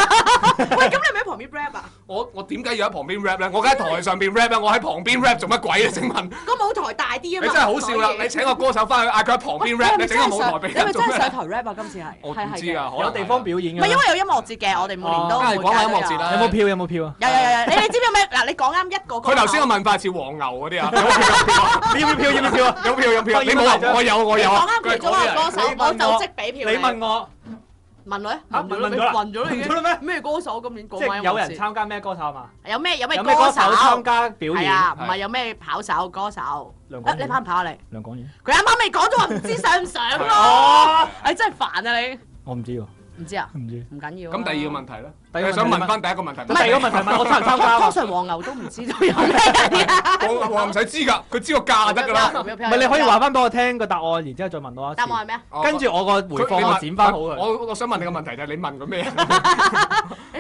Speaker 3: 喂，咁你咪喺旁邊 rap 啊？
Speaker 4: 我我點解要喺旁邊 rap 咧？我梗喺台上邊 rap 啊啦，我喺旁邊 rap 做乜鬼啊？請問你
Speaker 3: 個舞台大啲啊嘛！
Speaker 4: 真係好笑啦！
Speaker 3: 所以
Speaker 4: 你請個歌手翻去嗌佢喺旁邊 rap，你整個舞台俾
Speaker 3: 你咪
Speaker 4: 人
Speaker 3: 真
Speaker 4: 做
Speaker 3: 係上
Speaker 4: 咩？
Speaker 3: 台 rap 啊？今次係
Speaker 4: 我唔
Speaker 3: 係係
Speaker 4: 知啊，
Speaker 3: 嘅
Speaker 4: 可能
Speaker 1: 有地方表演
Speaker 3: 唔
Speaker 1: 嘅
Speaker 3: 係
Speaker 1: 咩。
Speaker 3: 因為有音樂節嘅，我哋每年都
Speaker 4: 哦梗係講下音樂節啦
Speaker 1: 有冇票？有冇票 啊？
Speaker 3: 有有有有，你哋知唔知有咩？嗱，你講啱一個歌手。
Speaker 4: 佢頭先嘅問法係似黃牛嗰 啲啊，有票有票啊，
Speaker 1: 你要唔要票？要唔要票啊？
Speaker 4: 有票有票啊，你
Speaker 1: 當然
Speaker 4: 冇
Speaker 1: 啦
Speaker 4: 啊，我有我
Speaker 3: 你
Speaker 4: 有啊
Speaker 3: 講，啱
Speaker 4: 佢係
Speaker 3: 佢
Speaker 4: 嗰啲
Speaker 3: 咗話
Speaker 4: 人
Speaker 3: 歌手，
Speaker 1: 你問
Speaker 3: 我
Speaker 1: 我
Speaker 3: 就即俾
Speaker 1: 你
Speaker 3: 票
Speaker 1: 問我，
Speaker 3: 問女
Speaker 1: 嚇
Speaker 3: 問咗
Speaker 1: 問
Speaker 3: 你
Speaker 1: 咗啦
Speaker 3: 問咗你
Speaker 1: 問咗啦
Speaker 3: 咩？咩歌手今年講
Speaker 1: 即係
Speaker 3: 緊
Speaker 1: 有人參加咩歌手啊嘛？
Speaker 3: 有咩有咩
Speaker 1: 有咩歌手參
Speaker 3: 手？
Speaker 1: 加表
Speaker 3: 係
Speaker 1: 演？
Speaker 3: 啊，唔係有咩跑手歌手？
Speaker 1: 梁
Speaker 3: 啊
Speaker 1: 廣
Speaker 3: 你跑唔跑啊你？
Speaker 1: 梁廣源，
Speaker 3: 佢啱啱未講咗話唔知上唔上咯
Speaker 1: 哦，
Speaker 3: 你真係煩啊你！
Speaker 1: 我唔知喎，
Speaker 3: 唔知啊，
Speaker 1: 唔知。
Speaker 3: 唔緊要啊。
Speaker 4: 咁第二個問題咧，
Speaker 1: 第二個問題
Speaker 4: 你想問翻第一個問題
Speaker 1: 咁
Speaker 4: 咩？
Speaker 1: 第二個問題問我參唔參加
Speaker 3: 通
Speaker 1: 啊？
Speaker 3: 常黃牛都唔知道 有咩人啊。
Speaker 4: 我我唔使知㗎，佢知個價得㗎啦。
Speaker 1: 唔係你可以話翻俾我聽個答案，然之後再問我一次
Speaker 3: 答。案係咩啊？
Speaker 1: 跟住我個
Speaker 4: 我佢
Speaker 1: 回
Speaker 4: 你
Speaker 1: 放我
Speaker 4: 問
Speaker 1: 剪翻好佢。
Speaker 4: 我我想問你個問題就係你問佢咩？
Speaker 3: 誒，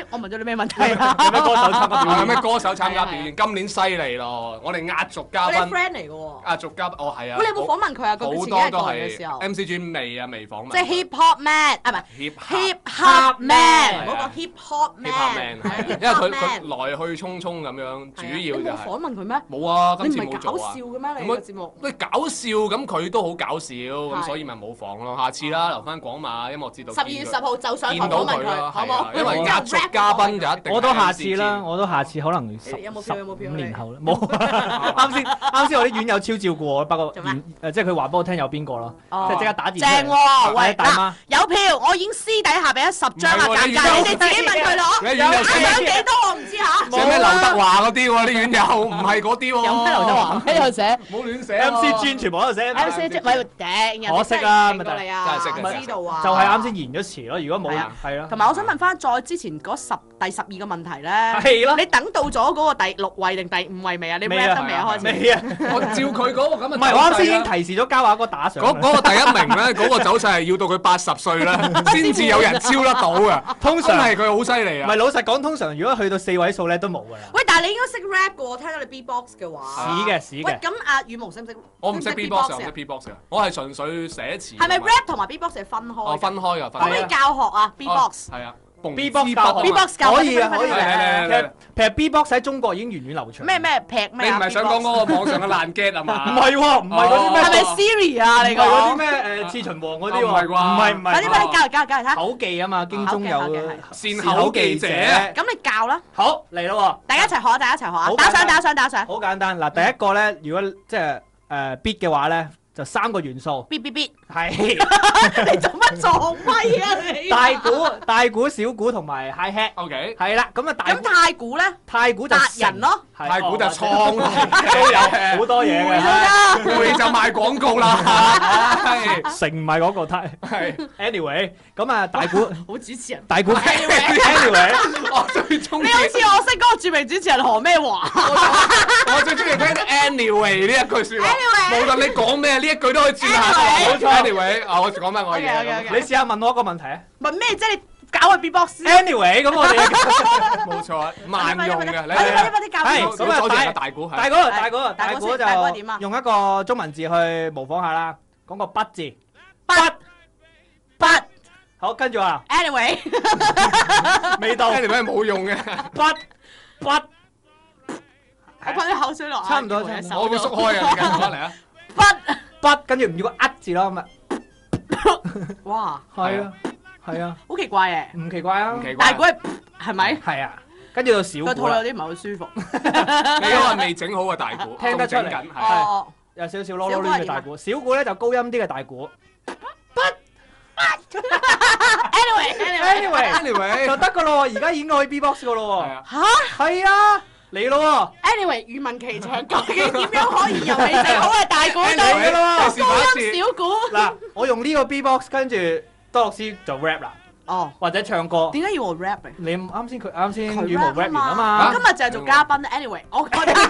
Speaker 3: 我問咗你咩問題
Speaker 1: 有咩
Speaker 3: 啊？
Speaker 1: 歌手參加表
Speaker 4: 有
Speaker 1: 演？
Speaker 4: 咩歌手參加表演？今年犀利咯，我哋壓軸嘉
Speaker 3: 我哋
Speaker 4: 賓，
Speaker 3: friend 嚟嘅喎。
Speaker 4: 壓軸嘉賓，哦係啊。
Speaker 3: 喂，你有冇訪問佢啊？
Speaker 4: 好
Speaker 3: 佢
Speaker 4: 多都
Speaker 3: 前幾日過嚟嘅時
Speaker 4: 係
Speaker 3: 候，
Speaker 4: MCG 未啊，未訪問。
Speaker 3: 即係 hip hop man 啊，唔係
Speaker 4: hip
Speaker 3: hip hop man，唔好講 hip hop
Speaker 4: hip hop man，
Speaker 3: man，
Speaker 4: 係
Speaker 3: Dạ,
Speaker 4: 啊因為佢佢來去匆匆咁樣，主
Speaker 3: 你
Speaker 4: 要
Speaker 3: 冇
Speaker 4: 就係
Speaker 3: 訪問佢咩？
Speaker 4: 冇啊，今
Speaker 3: 你
Speaker 4: 次
Speaker 3: 唔
Speaker 4: 冇
Speaker 3: 係搞
Speaker 4: 做
Speaker 3: 笑
Speaker 4: 啊。
Speaker 3: 嘅咩？你個節目
Speaker 4: 喂，搞笑咁佢都好搞笑，
Speaker 3: 係哦
Speaker 4: 咁所以咪冇訪咯。下次啦，留翻廣馬音樂節度
Speaker 3: 十二月十號就上台
Speaker 4: 見到
Speaker 3: 訪問
Speaker 4: 佢啦
Speaker 3: 佢，，好
Speaker 4: 係啊，
Speaker 3: 冇？
Speaker 4: 因為壓軸嘉賓就一定
Speaker 1: 我都下次
Speaker 4: 係
Speaker 1: 啦，
Speaker 4: MCG。
Speaker 1: 我都下次可能十
Speaker 3: 有冇
Speaker 1: 十
Speaker 3: 票有冇票
Speaker 1: 五
Speaker 3: 你
Speaker 1: 年後啦，冇。 啱先啱先，我啲院友超照顧我，不過
Speaker 3: 做咩
Speaker 1: 誒即係佢話俾我聽有邊個咯，即
Speaker 3: 哦
Speaker 1: 係即刻打電
Speaker 3: 正
Speaker 1: 話嚟。
Speaker 3: 喎，喂啊
Speaker 1: 大媽
Speaker 3: 嗱，有票，我已經私底下俾咗十張啦，
Speaker 4: 唔係喎
Speaker 3: 尷
Speaker 4: 你
Speaker 3: 尬，
Speaker 4: 有
Speaker 3: 你哋自己問佢
Speaker 4: 你
Speaker 3: 攞。
Speaker 4: 院友寫
Speaker 3: 啱
Speaker 4: 咩？
Speaker 3: 有幾多我唔知嚇。
Speaker 4: 寫咩劉德華嗰啲喎？啲院友唔係嗰啲喎。
Speaker 3: 有咩劉德華？？喺度寫
Speaker 4: 唔好亂寫啊
Speaker 1: M C 專全部喺度寫，
Speaker 3: M C 即咪頂，
Speaker 1: 我識啊咪
Speaker 3: 人
Speaker 1: 就
Speaker 3: 哋
Speaker 1: 係
Speaker 3: 真係勁
Speaker 4: 真
Speaker 3: 過你啊，
Speaker 4: 係識嘅
Speaker 3: 唔知道啊，
Speaker 1: 就係啱先。延咗詞咯。如果
Speaker 3: 係
Speaker 1: 冇
Speaker 3: 啊
Speaker 1: 係咯，
Speaker 3: 同埋我想問翻再之前嗰十第十二個問題咧，
Speaker 1: 係咯，
Speaker 3: 你等到咗嗰個第六位定第五位未啊？你
Speaker 1: 未啊
Speaker 3: rap 得未啊？開始
Speaker 1: 未啊？
Speaker 4: 我照佢嗰個咁嘅
Speaker 1: 唔係我啱先已
Speaker 4: 走勢
Speaker 1: 經
Speaker 4: 啦
Speaker 1: 提示咗嘉華哥打上
Speaker 4: 嗰
Speaker 1: 啦。
Speaker 4: 嗰個第一名咧，嗰個走勢係要到佢八十歲咧， 先至有人超得到嘅。
Speaker 1: 通
Speaker 4: 真
Speaker 1: 常
Speaker 4: 係佢好犀利
Speaker 1: 唔
Speaker 4: 啊
Speaker 1: 係！老實講，通常如果去到四位數咧都冇㗎啦。
Speaker 3: 喂，但係你應該識 rap 嘅喎，聽到你 B-box 嘅話。
Speaker 1: 屎嘅屎
Speaker 3: 喂，
Speaker 1: 嘅，
Speaker 3: 咁阿羽毛識唔識？
Speaker 4: 我唔識 B-box，我唔識
Speaker 3: 啊
Speaker 4: B-box 嘅，我係純粹寫
Speaker 1: 啊
Speaker 4: 詞。
Speaker 3: 係咪 rap 同埋 B-box 係分開？
Speaker 4: 我分開㗎，分
Speaker 3: 可唔可
Speaker 4: 開
Speaker 3: 以
Speaker 1: 係
Speaker 4: 㗎。
Speaker 1: 啊
Speaker 3: 教學啊？B-box
Speaker 4: 係啊蹦
Speaker 1: B-box
Speaker 4: 之
Speaker 1: 教學
Speaker 4: 不
Speaker 3: B-box 教
Speaker 1: 可以啊
Speaker 3: 快啲
Speaker 1: 可以啊
Speaker 3: 快啲快
Speaker 4: 嚟
Speaker 3: 啲
Speaker 4: 嚟
Speaker 1: 其實其實 B-box 喺中國已經源遠流長。
Speaker 3: 咩？咩劈
Speaker 4: 你
Speaker 3: 咩
Speaker 4: 唔
Speaker 3: 啊
Speaker 4: 係想講嗰個網上嘅爛 get 啊
Speaker 1: 唔
Speaker 4: 嘛？
Speaker 1: 係喎，唔係嗰啲咩？
Speaker 3: 哦係咪 Siri 啊？你
Speaker 1: 唔係嗰啲
Speaker 3: 講
Speaker 1: 咩哦誒刺秦王嗰啲喎，
Speaker 4: 啊唔係啩
Speaker 1: 唔係唔
Speaker 3: 快啲
Speaker 1: 係，
Speaker 3: 快啲教嚟教嚟教嚟睇。
Speaker 1: 口技啊嘛，京中有
Speaker 3: 口技口技
Speaker 4: 善口記者
Speaker 3: 咁你教啦，
Speaker 1: 好嚟咯
Speaker 3: 大家一齊學啊，大家一齊學啊
Speaker 1: 好！
Speaker 3: 打賞
Speaker 1: 簡單
Speaker 3: 打賞打賞
Speaker 1: 喎，好簡單嗱，第一個咧，如果即係誒 beat 嘅話咧，就三個元素
Speaker 3: ，B B B，
Speaker 1: 係
Speaker 3: 你做乜撞威啊你？
Speaker 1: 大鼓、 大鼓、小鼓同埋 high hat。
Speaker 4: OK，
Speaker 1: 係啦，咁啊大
Speaker 3: 咁太古咧，
Speaker 1: 太鼓就
Speaker 3: 達人咯，
Speaker 1: 成，
Speaker 4: 太古就
Speaker 1: 係
Speaker 4: 創
Speaker 1: 哦或者都有好多嘢
Speaker 3: 會
Speaker 1: 嘅。
Speaker 3: 啦，
Speaker 4: 會就賣廣告啦。係
Speaker 1: 成唔係嗰個太
Speaker 4: 係，
Speaker 1: anyway，咁啊大鼓
Speaker 3: 好主持人。
Speaker 1: 大鼓 anyway，
Speaker 4: 我最中意
Speaker 3: 你，好似我識嗰個著名主持人何咩華，
Speaker 4: 我最中意聽 anyway 呢一句説話。
Speaker 3: Anyway
Speaker 4: 無論你講咩，呢一句都可以轉下。
Speaker 3: Anyway
Speaker 4: 冇錯，anyway，啊，我講翻我嘅
Speaker 3: OK，OK，OK
Speaker 4: 嘢。
Speaker 1: 你試下問我一個問題啊。
Speaker 3: 問咩啫？你搞個 B-box 先，
Speaker 1: anyway，咁我哋
Speaker 4: 冇錯，萬用嘅。
Speaker 3: 快啲
Speaker 4: 你
Speaker 3: 快啲快啲教
Speaker 1: 係
Speaker 3: 我。
Speaker 4: 我
Speaker 1: 咁啊
Speaker 4: 我左
Speaker 1: 大
Speaker 4: 邊有大鼓
Speaker 1: 大
Speaker 4: 係。
Speaker 1: 鼓大鼓
Speaker 3: 大鼓
Speaker 1: 鼓
Speaker 3: 先大鼓點啊
Speaker 1: 就用一個中文字去模仿下啦，講個不字。
Speaker 3: But but
Speaker 1: 好，跟住啊，
Speaker 3: anyway，
Speaker 1: 味道
Speaker 4: anyway 係冇用嘅，
Speaker 1: 不不，
Speaker 3: 我噴啲口水落，
Speaker 1: 差唔多差唔多
Speaker 4: 我會縮開啊！你繼續翻嚟啊！
Speaker 3: But
Speaker 1: 不，跟住唔要個呃字咯，咁啊，
Speaker 3: 哇，
Speaker 1: 係啊，係啊，
Speaker 3: 好奇怪嘅，
Speaker 1: 唔奇怪啊
Speaker 4: 唔，奇怪
Speaker 3: 大。鼓係係咪？
Speaker 1: 係啊，跟住到小
Speaker 3: 個
Speaker 1: 鼓
Speaker 3: 肚有
Speaker 1: 啦，
Speaker 3: 啲唔係好舒服。
Speaker 4: 你嗰個未整好嘅大鼓，
Speaker 1: 聽得出嚟
Speaker 4: 仲整緊係
Speaker 3: 哦，
Speaker 1: 有少少囉囉攣嘅
Speaker 3: 啊
Speaker 1: 大鼓，小鼓咧就高音啲嘅大 鼓
Speaker 3: anyway anyway，
Speaker 1: ，anyway
Speaker 4: Anyway，
Speaker 1: 就得噶咯，而家已經可以 B-box 噶
Speaker 4: 係
Speaker 1: 咯喎，
Speaker 4: 啊，
Speaker 3: 嚇
Speaker 1: 係啊，嚟咯
Speaker 3: ，anyway，語文奇長究竟點樣可以由你整好嘅大鼓
Speaker 1: 喎，
Speaker 3: 到
Speaker 1: 嚟咯
Speaker 4: 試下
Speaker 3: 高
Speaker 4: 一
Speaker 3: 音
Speaker 4: 次
Speaker 3: 小鼓？
Speaker 1: 嗱，我用呢個 B-box 跟住多樂斯就 rap 啦，
Speaker 3: 哦，
Speaker 1: 或者唱歌。
Speaker 3: 點解要我 rap 嚟？
Speaker 1: 你啱先佢啱先
Speaker 3: 佢
Speaker 1: 羽毛
Speaker 3: rap
Speaker 1: rap 完啊
Speaker 3: 嘛，
Speaker 1: 嘛
Speaker 3: 今日就係做嘉賓。anyway，我覺得。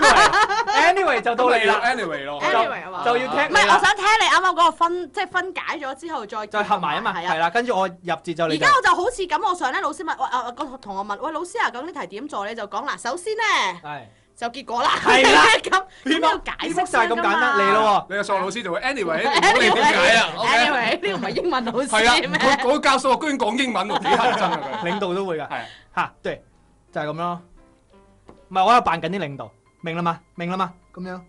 Speaker 1: ，anyway 就到你啦，
Speaker 4: Anyway 咯，
Speaker 1: 就
Speaker 3: Anyway 啊嘛
Speaker 1: 就要聽
Speaker 3: 唔
Speaker 1: 你
Speaker 3: 係，我
Speaker 1: 啦，
Speaker 3: 想聽你啱啱嗰個分，即係分解咗之後再
Speaker 1: 就合埋啊嘛，
Speaker 3: 係
Speaker 1: 係
Speaker 3: 啊。
Speaker 1: 啦，跟住我入節就
Speaker 3: 而
Speaker 1: 你就
Speaker 3: 家我就好似咁，我上咧老師問，喂啊個同學問，喂老師啊，咁呢題點做咧？就講嗱，首先咧
Speaker 1: 係啊
Speaker 3: 就結果啦。
Speaker 1: 係啦
Speaker 3: 咁咁有解釋
Speaker 1: 就係咁簡單嚟
Speaker 3: 㗎嘛。
Speaker 1: 咯
Speaker 4: 你嘅數學老師就會 anyway，你唔好理點解啊
Speaker 3: Anyway，
Speaker 4: ，OK？
Speaker 3: anyway，呢個唔係英文老
Speaker 4: 係啊，
Speaker 3: 師咩？
Speaker 4: 佢嗰個教數學居然講英文喎，幾乞憎 啊
Speaker 1: 喎，領導都會㗎
Speaker 4: 佢。。係啊
Speaker 1: 吓，對，就係咁咯。唔係我喺度扮緊啲領導，明啦嘛，明啦嘛，咁 樣。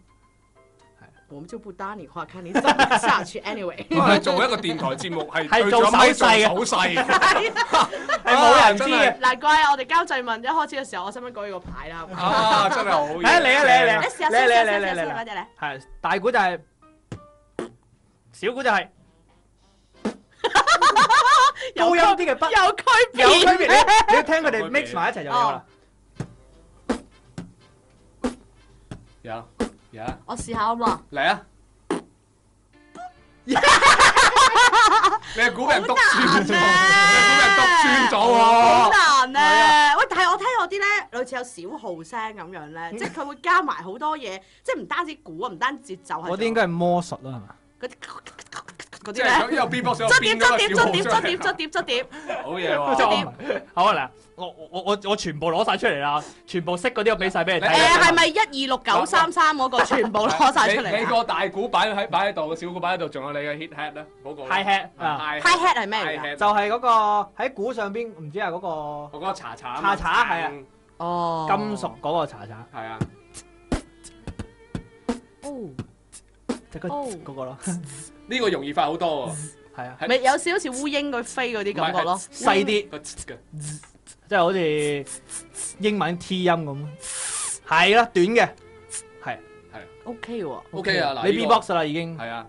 Speaker 3: 我們就不搭你話，看你怎麼下去。Anyway，
Speaker 4: 因為做一個電台節目係
Speaker 1: 係
Speaker 4: 對
Speaker 1: 做
Speaker 4: 咗咪
Speaker 1: 手勢嘅
Speaker 4: 做手勢。
Speaker 1: 係冇人知
Speaker 4: 啊真係
Speaker 1: 嘅。
Speaker 3: 難怪我哋交際問一開始嘅時候，我使唔使舉個牌啦？
Speaker 4: 啊，真係好嘢！
Speaker 1: 哎嚟啊嚟啊
Speaker 3: 你試下
Speaker 1: 嚟
Speaker 3: 先，
Speaker 1: 嚟
Speaker 3: 試下
Speaker 1: 嚟
Speaker 3: 先，
Speaker 1: 嚟
Speaker 3: 試下
Speaker 1: 嚟
Speaker 3: 先，
Speaker 1: 嚟
Speaker 3: 快啲嚟！
Speaker 1: 係大股就係，小股就係高音啲嘅筆。
Speaker 3: 有區
Speaker 1: 有區別，
Speaker 3: 別哦咩？
Speaker 1: 你你聽佢哋
Speaker 4: 有區別
Speaker 1: mix 埋一齊就有啦。
Speaker 4: 有有
Speaker 3: 我試下好 唔好啊？
Speaker 4: 嚟啊！你係估俾人篤穿咗，你係估俾人篤穿咗啊喎！
Speaker 3: 好難啊咧！喂，但係我聽我啲咧，類似有小號聲咁樣
Speaker 4: 嗯
Speaker 3: 咧，即係佢會加埋好多嘢，即係唔單止鼓啊，唔單止節奏係。
Speaker 1: 嗰啲應該係魔術啦，係嘛？
Speaker 3: 嗰啲嗰啲
Speaker 4: 即係佢
Speaker 3: 咧，
Speaker 4: 有 B-box 有
Speaker 3: 捽碟
Speaker 4: 變
Speaker 3: 捽碟
Speaker 4: 咗個
Speaker 3: 捽碟
Speaker 4: 小號啊出嚟
Speaker 3: 捽碟捽碟捽碟，
Speaker 4: 好嘢
Speaker 1: 即係
Speaker 4: 喎！
Speaker 1: 我唔好啊嗱，我我我我全部攞晒出嚟啦，啊全部識嗰啲我俾晒俾你睇。
Speaker 3: 誒係咪一二六九三 三嗰個全部攞晒出
Speaker 4: 你你
Speaker 3: 嚟啊
Speaker 4: 個大鼓擺喺擺喺度，小鼓擺喺度，仲有你嘅 hit hat 咧，嗰個
Speaker 1: high hat 啊？
Speaker 4: high
Speaker 3: ？Hi hat 係咩嚟㗎？
Speaker 1: 就係嗰個喺鼓上邊，唔知啊係嗰個
Speaker 4: 我嗰個茶茶
Speaker 1: 茶茶係啊
Speaker 3: 哦，
Speaker 1: 金屬嗰個查查，
Speaker 4: 係啊，
Speaker 3: 哦，
Speaker 1: 即係
Speaker 3: 哦
Speaker 1: 嗰嗰個咯，
Speaker 4: 呢個容易快好多喎，
Speaker 1: 係啊，
Speaker 4: 係
Speaker 3: 咪有少少似烏蠅佢飛嗰啲感覺
Speaker 4: 唔
Speaker 3: 咯。
Speaker 1: 細啲，
Speaker 4: 個嘅
Speaker 1: 即係好似英文 T 音咁，係啦，短嘅，係
Speaker 3: OK 喎，
Speaker 4: OK 啊，嗱
Speaker 1: 你
Speaker 4: 呢個
Speaker 1: B-box 啦已經，
Speaker 4: 係 啊，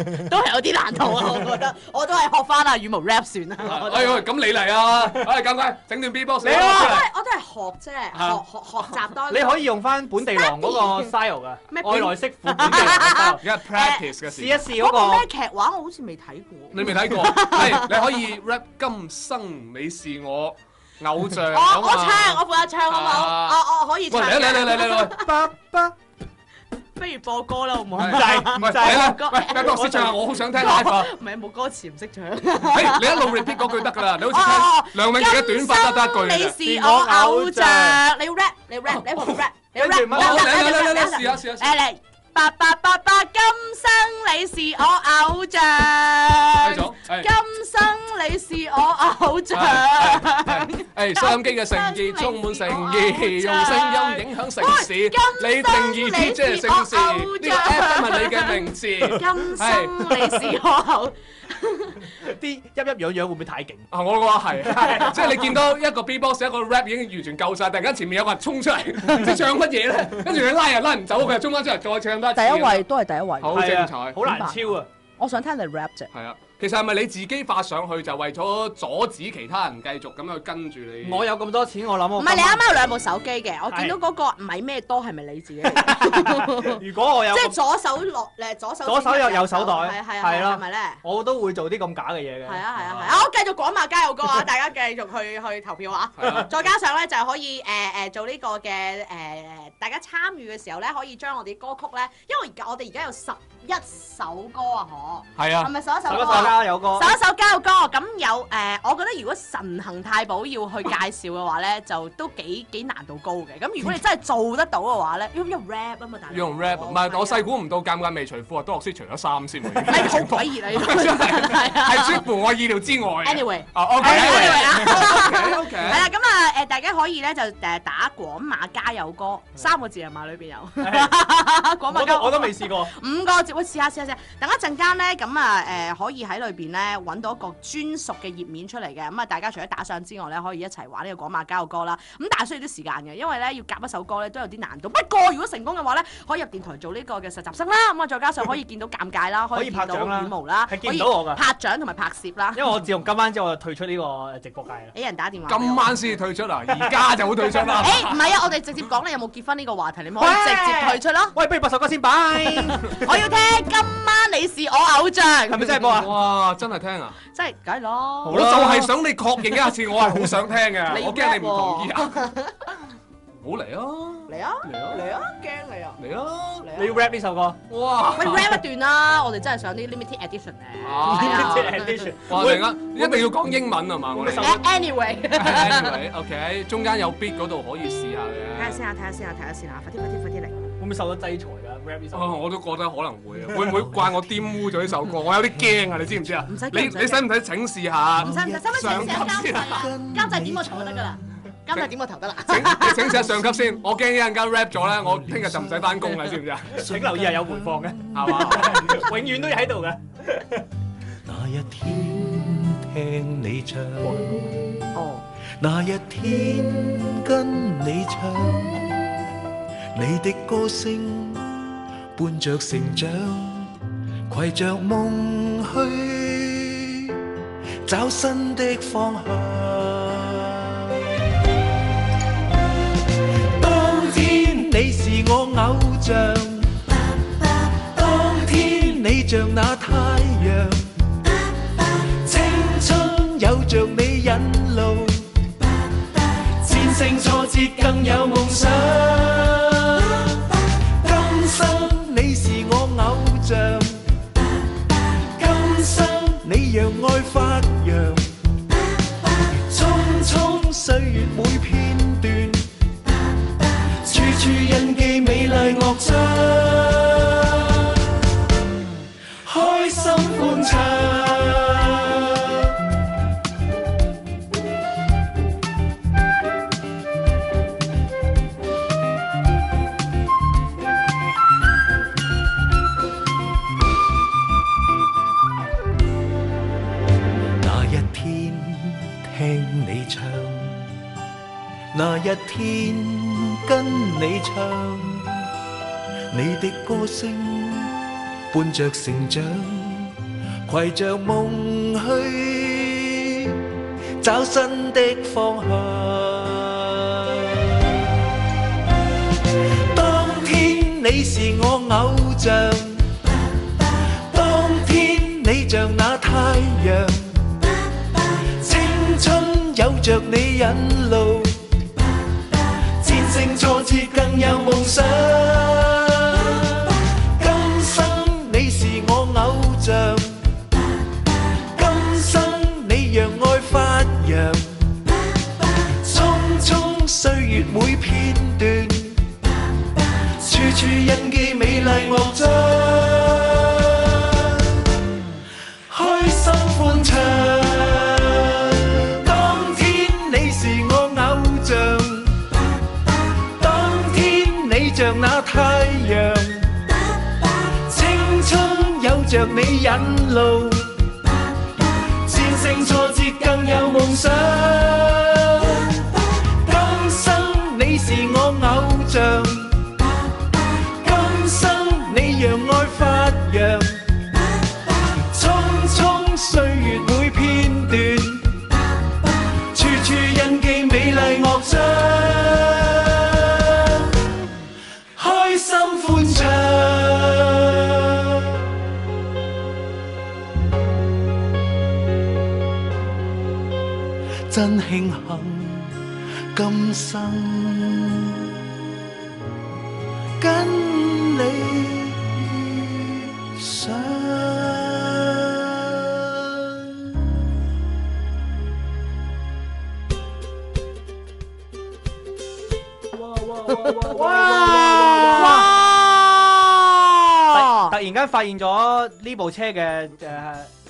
Speaker 3: 都係有啲難度啊，我覺得，我都係學翻啦，羽毛 rap 算啦。
Speaker 4: 哎
Speaker 3: 我覺得
Speaker 4: 喂，咁你嚟啊，哎咁乖，整段 B-box
Speaker 1: 你
Speaker 3: 我都
Speaker 1: 啊
Speaker 3: 係我都係學啫，學學學習多。
Speaker 1: 你可以用翻本地郎嗰個 style 噶，
Speaker 3: 咩
Speaker 1: 外來媳婦本地郎嘅 style，
Speaker 4: 而家 practice 嘅
Speaker 1: 試一
Speaker 4: 時，
Speaker 1: 試
Speaker 3: 嗰
Speaker 1: 嗰
Speaker 3: 個咩
Speaker 1: 個
Speaker 3: 劇畫，我好似未睇過。
Speaker 4: 你未睇 過，係你可以 rap 今生你是我偶像，
Speaker 3: 哦我我唱，我負責唱好
Speaker 4: 啊
Speaker 3: 冇？我我可
Speaker 4: 喂
Speaker 3: 以唱。
Speaker 4: 嚟嚟嚟嚟嚟嚟，
Speaker 1: 爸爸
Speaker 3: 不如播歌啦，好唔好？
Speaker 4: 係
Speaker 1: 唔制
Speaker 4: 喂
Speaker 1: 唔制
Speaker 4: 嚟啦，喂 B-box 唱下，我好想聽 live 啊！
Speaker 3: 唔係冇歌詞唔識唱。
Speaker 4: 哎你一路 repeat 嗰句得㗎啦，你好似聽梁詠琪嘅短髮得得一句嘅啫。
Speaker 3: 今生你是我偶像，你要 rap，你要 rap，你要 rap，你要 rap。
Speaker 1: 跟住乜
Speaker 4: 好嚟嚟嚟嚟嚟，試下試下。
Speaker 3: 嚟嚟，八八八八，今生你是我偶像。
Speaker 4: 繼續，係
Speaker 3: 今生你是我偶像。
Speaker 4: 係收音機嘅誠意充滿誠意，用聲音影響城市。你定義啲即係城市，呢個 F 係你嘅名字。
Speaker 3: 今生你是我偶，
Speaker 1: 啲陰陰陽陽會唔會太勁？
Speaker 4: 啊，我話係，即係你見到一個 B-box 一個 rap 已經完全夠晒，突然間前面有個人衝出嚟，唔知唱乜嘢咧，跟住你拉又拉唔走，佢又衝翻出嚟再唱多一次。
Speaker 8: 第一位，都係第一位。
Speaker 4: 好
Speaker 1: 係啊
Speaker 4: 精彩
Speaker 1: 好難超啊！
Speaker 8: 我想聽你 rap 啫。
Speaker 4: 係啊。其實係咪你自己發上去就為咗阻止其他人繼續咁樣去跟住你？
Speaker 1: 我有咁多錢，我諗我
Speaker 3: 唔係你
Speaker 1: 今晚
Speaker 3: 啱啱有兩部手機嘅，我見到嗰個唔係咩多，係咪你自己嚟嘅？
Speaker 1: 如果我有
Speaker 3: 即
Speaker 1: 咁，
Speaker 3: 係左手落誒左手，
Speaker 1: 左手有右手袋
Speaker 3: 係係
Speaker 1: 係咯
Speaker 3: 係咪咧？
Speaker 1: 我都會做啲咁假嘅嘢嘅。
Speaker 3: 係啊係啊係啊！我繼續講埋加油歌啊，大家繼續去去投票啊！
Speaker 4: 係啊。
Speaker 3: 再加上咧就係可以誒誒、呃做呢個嘅誒、呃大家參與嘅時候咧，可以將我哋歌曲咧，因為而家我哋而家有十一首歌啊，
Speaker 4: 係
Speaker 3: 嗬，係
Speaker 4: 啊，
Speaker 3: 咪十一首
Speaker 1: 首
Speaker 3: 歌
Speaker 1: 歌
Speaker 3: 啊？
Speaker 1: 啦，有個
Speaker 3: 十一首交友歌，咁有誒、呃我覺得如果神行太保要去介紹嘅話咧， 就都幾幾難度高嘅。咁如果你真係做得到嘅話咧，因為 rap 啊嘛，大佬
Speaker 4: 要用 rap，唔係我細估唔到尷尬未除褲啊，多樂師除咗衫 先喎。
Speaker 3: 係好鬼熱啊！呢個真係
Speaker 4: 係
Speaker 3: 啊
Speaker 4: 出乎我意料之外嘅。
Speaker 3: ，anyway。
Speaker 4: 啊，OK，
Speaker 3: anyway 啊。
Speaker 4: OK，
Speaker 3: 係
Speaker 4: OK，
Speaker 3: 啦，咁啊，誒，大家可以咧就誒打廣馬加油歌三個字係嘛，裏邊有 廣馬
Speaker 1: 我
Speaker 3: 加
Speaker 1: 都我
Speaker 3: 油
Speaker 1: 都未試過。
Speaker 3: 五個字，喂，試下試下試下，等一陣間咧，咁啊誒可以喺裏邊咧揾到一個專屬嘅頁面出嚟嘅，咁啊大家除咗打賞之外咧，可以一齊玩呢個廣馬加油歌啦。咁但係需要啲時間嘅，因為咧要夾一首歌咧都有啲難度。不過如果成功嘅話咧，可以入電台做呢個嘅實習生啦。咁啊再加上可以見到尷尬啦，可
Speaker 1: 可
Speaker 3: 以
Speaker 1: 以
Speaker 3: 見
Speaker 1: 拍掌
Speaker 3: 到
Speaker 1: 啦
Speaker 3: 羽毛啦，
Speaker 1: 係見唔到我㗎
Speaker 3: 拍掌同埋拍攝啦。
Speaker 1: 因為我自從今晚之後，我就退出呢個呃直播界啦。
Speaker 3: 有人打電話俾我。
Speaker 4: 今晚先退出啊，而家就好退出 啦。
Speaker 3: 誒唔係啊，我哋直接講你有冇結婚呢個話題，你咪可以直接退出咯。
Speaker 1: 喂，不如八首歌先，拜。
Speaker 3: 我要聽今晚你是我偶像，係
Speaker 1: 係咪真係播啊？
Speaker 4: 哇，真係聽啊！
Speaker 3: 真係梗係
Speaker 4: 我
Speaker 3: 咯。
Speaker 4: 就係想你確認一次，我係好想聽嘅，
Speaker 3: 你
Speaker 4: 我驚你唔同意啊！好嚟啊！
Speaker 3: 嚟啊
Speaker 4: 嚟啊
Speaker 3: 嚟啊，驚你啊！
Speaker 4: 嚟啦！
Speaker 1: 你要 rap 呢首歌。
Speaker 4: 哇！
Speaker 3: 喂 rap 一段啦，我哋真係想啲 limited edition Ờ. 咧。
Speaker 4: 啊
Speaker 3: 係啊
Speaker 1: Limited edition
Speaker 4: 哇！突然間一定要講英文啊嘛，我哋
Speaker 3: 誒 Ờ, anyway，
Speaker 4: anyway，OK，中間有 beat 嗰度可以試下嘅。
Speaker 3: 下先啊，睇下先啊，睇下先啊，快啲快啲快啲嚟！
Speaker 1: 會唔會受到制裁㗎？rap 呢首
Speaker 4: 啊，我都覺得可能會啊，會唔會怪我玷污咗呢首歌？我有啲驚啊，你知唔知啊？
Speaker 3: 唔使驚
Speaker 4: 你
Speaker 3: 唔使
Speaker 4: 你
Speaker 3: 驚
Speaker 4: 使唔使請示下？
Speaker 3: 唔使唔使，使唔使
Speaker 4: 上級
Speaker 3: 請監製
Speaker 4: 先啊
Speaker 3: 啊？監製點個頭就得㗎啦，監製點個頭得啦。
Speaker 4: 請你請示下上級先，我驚一陣間 rap 咗咧，我聽日就唔使翻工啦，知唔知啊？
Speaker 1: 請留意係有回放嘅，
Speaker 4: 係嘛？
Speaker 1: 永遠都喺度嘅。
Speaker 2: 那一天聽你唱，
Speaker 3: 哦，
Speaker 2: 那一天跟你唱，你的歌聲伴着成長，攜着夢去找新的方向。當天你是我偶像，當天你像那太陽。青春有着你引路，戰勝挫折更有夢想。今生你是我偶像，今生你讓愛發揚。匆匆歲月每片段，處處印記美麗樂章。開心歡唱。那一天聽你唱，那一天跟你唱，你的歌聲。伴着成長，攜着夢去找新的方向。當天你是我偶像，當天你像那太陽，青春有着你引路，戰勝挫折更有夢想。今生你是我偶像，今生你讓愛發揚。匆匆歲月每片段，處處印記美麗樂章。開心歡唱，當天你是我偶像，當天你像那太陽。青春有着你引路，戰勝挫折更有夢想。今生你是我偶像，今生你讓愛發揚。匆匆歲月每片段，處處印記美麗樂章。開心歡唱。真慶幸今生跟你遇上。
Speaker 1: 哇！突
Speaker 3: 哇！
Speaker 1: 然間發現咗呢部車嘅誒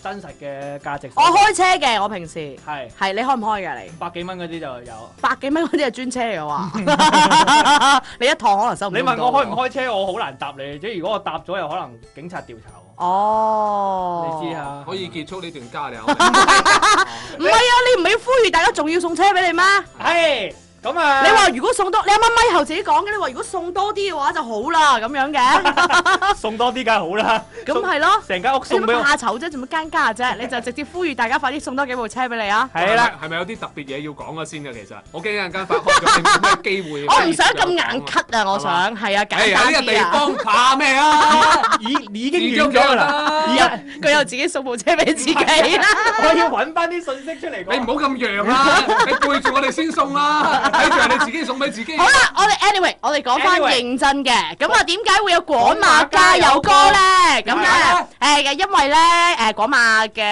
Speaker 1: 真實嘅價值。
Speaker 3: 我開車嘅，我平時
Speaker 1: 係
Speaker 3: 係你開唔開㗎你？
Speaker 1: 百幾蚊嗰啲就有。
Speaker 3: 百幾蚊嗰啲係專車嚟嘅話，你一趟可能收唔
Speaker 1: 你問
Speaker 3: 到
Speaker 1: 我開唔開車，我好難答你。即係如果我答咗，又可能警察調查我。
Speaker 3: 哦，
Speaker 1: 你知。啊？
Speaker 4: 可以結束呢段加油。
Speaker 3: 唔係啊，你唔係要呼籲大家仲要送車俾你咩？
Speaker 1: 係咁啊！
Speaker 3: 你話如果送多，你啱啱咪後自己講嘅，你話如果送多啲嘅話就好啦，咁樣嘅，
Speaker 1: 送多啲梗係好啦。
Speaker 3: 咁係咯。
Speaker 1: 成間屋
Speaker 3: 你
Speaker 1: 送俾
Speaker 3: 乜
Speaker 1: 我。
Speaker 3: 怕醜啫？做乜奸家啫？你就直接呼籲大家快啲送多幾部車俾 你啊！
Speaker 1: 係啦。
Speaker 4: 係咪有啲特別嘢要講嘅先嘅？其實我驚一陣間發開咗，你冇咩機會。
Speaker 3: 我唔想咁硬。咳啊！我想係啊，
Speaker 4: 哎
Speaker 3: 簡
Speaker 4: 呀，
Speaker 3: 單
Speaker 4: 呢個地
Speaker 3: 啲啊！
Speaker 4: 方怕咩啊？
Speaker 1: 已已 經完咗㗎啦，而家
Speaker 3: 佢又自己送部車俾自己啦。
Speaker 1: 我要揾翻啲信息出嚟講。
Speaker 4: 你唔好咁揚啦，你背住我哋先送啦，睇住係你自己送俾自己。
Speaker 3: 好啦，我哋 anyway，我哋講翻
Speaker 1: Anyway
Speaker 3: 認真嘅，咁啊點解會有廣馬加油歌咧？咁
Speaker 4: 點解
Speaker 3: 咧，誒嘅，因為咧誒嗰馬嘅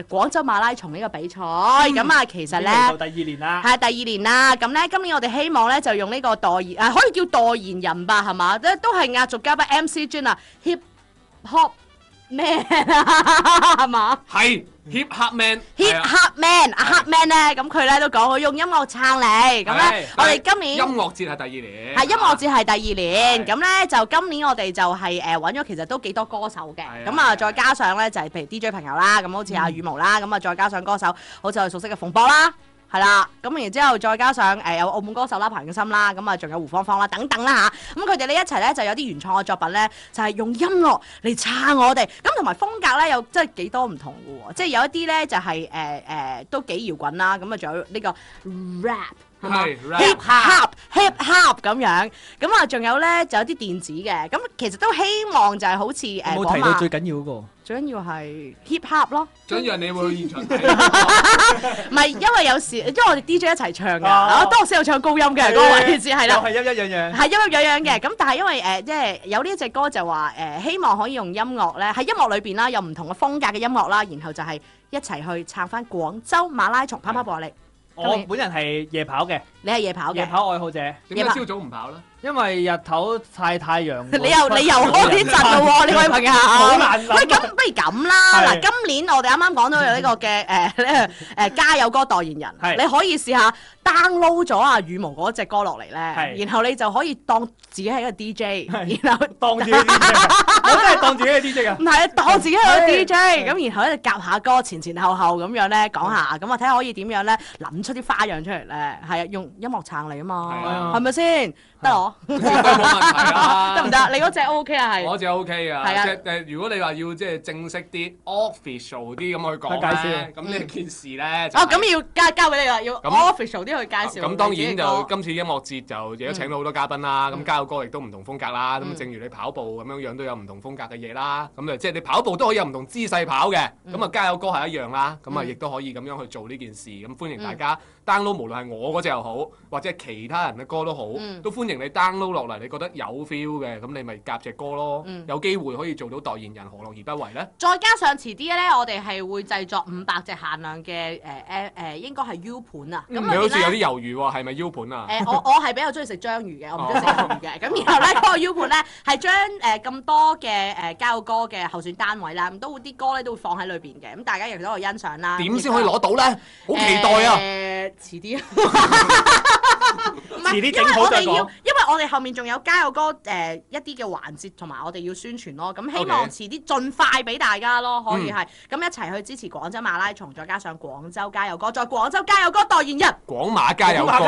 Speaker 3: 誒廣州馬拉松呢個比賽，咁啊其實咧。
Speaker 1: 到第二年
Speaker 4: 啊
Speaker 1: 啦，
Speaker 3: 係第二年啦，咁咧今年我哋希望咧就用呢個代言，誒、啊可以叫代言人吧，係嘛？都都係壓軸嘉賓 MC Jin 啊，hip hop 咩啊 係嘛
Speaker 4: 係 hip hop man。
Speaker 3: ？hip hop man 啊，hop man 咧，咁佢咧都講，我用音樂撐你，咁咧我哋今年
Speaker 4: 音。樂節係第二年。
Speaker 3: 係音樂節係第
Speaker 4: 啊
Speaker 3: 二
Speaker 4: 係
Speaker 3: 年，咁咧就今年我哋就係誒揾咗其實都幾多歌手嘅
Speaker 4: 係啊，
Speaker 3: 咁
Speaker 4: 係啊嗯
Speaker 3: 啊再加上咧就係譬如 DJ 朋友啦，咁好似阿羽毛啦，咁啊再加上歌手，好似我哋熟悉嘅馮博啦。係啦，咁然之後再加上誒有澳門歌手啦、彭景森啦，咁啊仲有胡芳芳啦等等啦吓，咁佢哋呢一齊咧就有啲原創嘅作品咧，就係用音樂嚟撐我哋，咁同埋風格咧有真係幾多唔同嘅喎，即係有一啲咧就係誒誒都幾搖滾啦，咁啊仲有呢個 rap 係嘛
Speaker 4: 係 rap
Speaker 3: hip hop hip hop 咁樣，咁啊仲有咧就有啲電子嘅，咁其實都希望就係好似誒
Speaker 1: 有冇
Speaker 3: 講
Speaker 1: 提到
Speaker 3: 話
Speaker 1: 最緊要嗰個？
Speaker 3: 最緊要係 hip hop 咯，
Speaker 4: 想讓你會去現場 睇。
Speaker 3: 唔係因為有時因為我哋 DJ 一齊唱嘅，
Speaker 1: 哦
Speaker 3: 我當時有唱高音嘅嗰個位置係
Speaker 1: 又。
Speaker 3: 啦
Speaker 1: 係一一樣樣。
Speaker 3: 係因為有樣嘅，咁但係因為誒、呃即係有呢一隻歌就話誒、呃希望可以用音樂咧，喺音樂裏邊啦，有唔同嘅風格嘅音樂啦，然後就係一齊去撐翻廣州馬拉松。跑跑步啊你，
Speaker 1: 我本人係夜跑嘅，
Speaker 3: 你係夜跑
Speaker 1: 夜
Speaker 3: 嘅，
Speaker 1: 跑愛好者，
Speaker 4: 點解朝早唔 跑咧？
Speaker 1: 因為日頭曬太陽。
Speaker 3: 你又你又開始窒啦喎，呢位朋友。
Speaker 1: 好難諗啊
Speaker 3: 喂，咁不如咁啦，
Speaker 1: 係
Speaker 3: 嗱，今年我哋啱啱講到有呢個嘅 誒呢個誒加油歌代言人，
Speaker 1: 係
Speaker 3: 你可以試下 download 咗啊羽毛嗰只歌落嚟咧，
Speaker 1: 係
Speaker 3: 然後你就可以當自己係一個 DJ，
Speaker 1: 係
Speaker 3: 然後
Speaker 1: 當自己 DJ，我真係當自己係 DJ 啊
Speaker 3: 唔！係，當自己係個
Speaker 1: 係
Speaker 3: DJ，咁然後咧就夾下歌，前前後後咁樣咧講下，咁啊睇下可以點樣咧諗出啲花樣出嚟咧，係啊，用音樂撐你
Speaker 4: 係
Speaker 3: 啊嘛，
Speaker 4: 啊
Speaker 3: 係咪先？得我
Speaker 4: 應該冇問題啊。
Speaker 3: 得唔得？你嗰只 O K 啊，係
Speaker 4: 我就 OK 啊，
Speaker 3: 係啊
Speaker 4: 即係誒，如果你話要即係正式啲、official 啲咁去講
Speaker 1: 去介
Speaker 4: 咧
Speaker 1: 紹，
Speaker 4: 咁呢件事咧就
Speaker 3: 哦，
Speaker 4: 係
Speaker 3: 咁要交交俾你啦，要
Speaker 4: 咁
Speaker 3: official 啲去介紹。
Speaker 4: 啊咁當然就今次音樂節就亦都請到好多嘉賓啦，咁加友歌亦都唔同風格啦，咁
Speaker 3: 嗯
Speaker 4: 正如你跑步咁樣樣都有唔同風格嘅嘢啦，咁啊即係你跑步都可以有唔同姿勢跑嘅，咁啊加友歌係一樣啦，咁啊
Speaker 3: 嗯
Speaker 4: 亦都可以咁樣去做呢件事，咁歡迎大家 download 無論係我嗰隻又好，或者係其他人嘅歌都好
Speaker 3: 嗯，
Speaker 4: 都歡迎你 download 落嚟，你覺得有 feel 嘅，咁你咪夾隻歌咯
Speaker 3: 嗯，
Speaker 4: 有機會可以做到代言人，何樂而不為呢？
Speaker 3: 再加上遲啲咧，我哋係會製作五百隻限量嘅誒誒誒，應該係 U 盤啊。
Speaker 4: 你
Speaker 3: 咁
Speaker 4: 嗯好
Speaker 3: 裏
Speaker 4: 似
Speaker 3: 邊
Speaker 4: 有
Speaker 3: 咧
Speaker 4: 啲猶豫喎，係咪 U 盤啊？哦
Speaker 3: 誒、我 我係比較中意食章魚嘅，我唔中意食魚嘅。咁然後咧，嗰、個 U 盤咧係將誒咁多嘅誒交歌嘅候選單位啦，咁都會啲歌咧都會放喺裏邊嘅。咁大家亦都可以欣賞啦。
Speaker 4: 點先可以攞到呢？好期待啊！
Speaker 3: 誒，遲啲啊。唔
Speaker 1: 遲啲
Speaker 3: 係，因
Speaker 1: 整
Speaker 3: 為
Speaker 1: 好
Speaker 3: 我哋
Speaker 1: 再
Speaker 3: 要，
Speaker 1: 講
Speaker 3: 因為我哋後面仲有加油歌誒、一啲嘅環節，同埋我哋要宣傳咯。咁希
Speaker 4: OK
Speaker 3: 望遲啲盡快俾大家咯，可以係咁、一齊去支持廣州馬拉松，再加上廣州加油歌，再廣州加油歌代言人，
Speaker 4: 廣馬加油歌啊，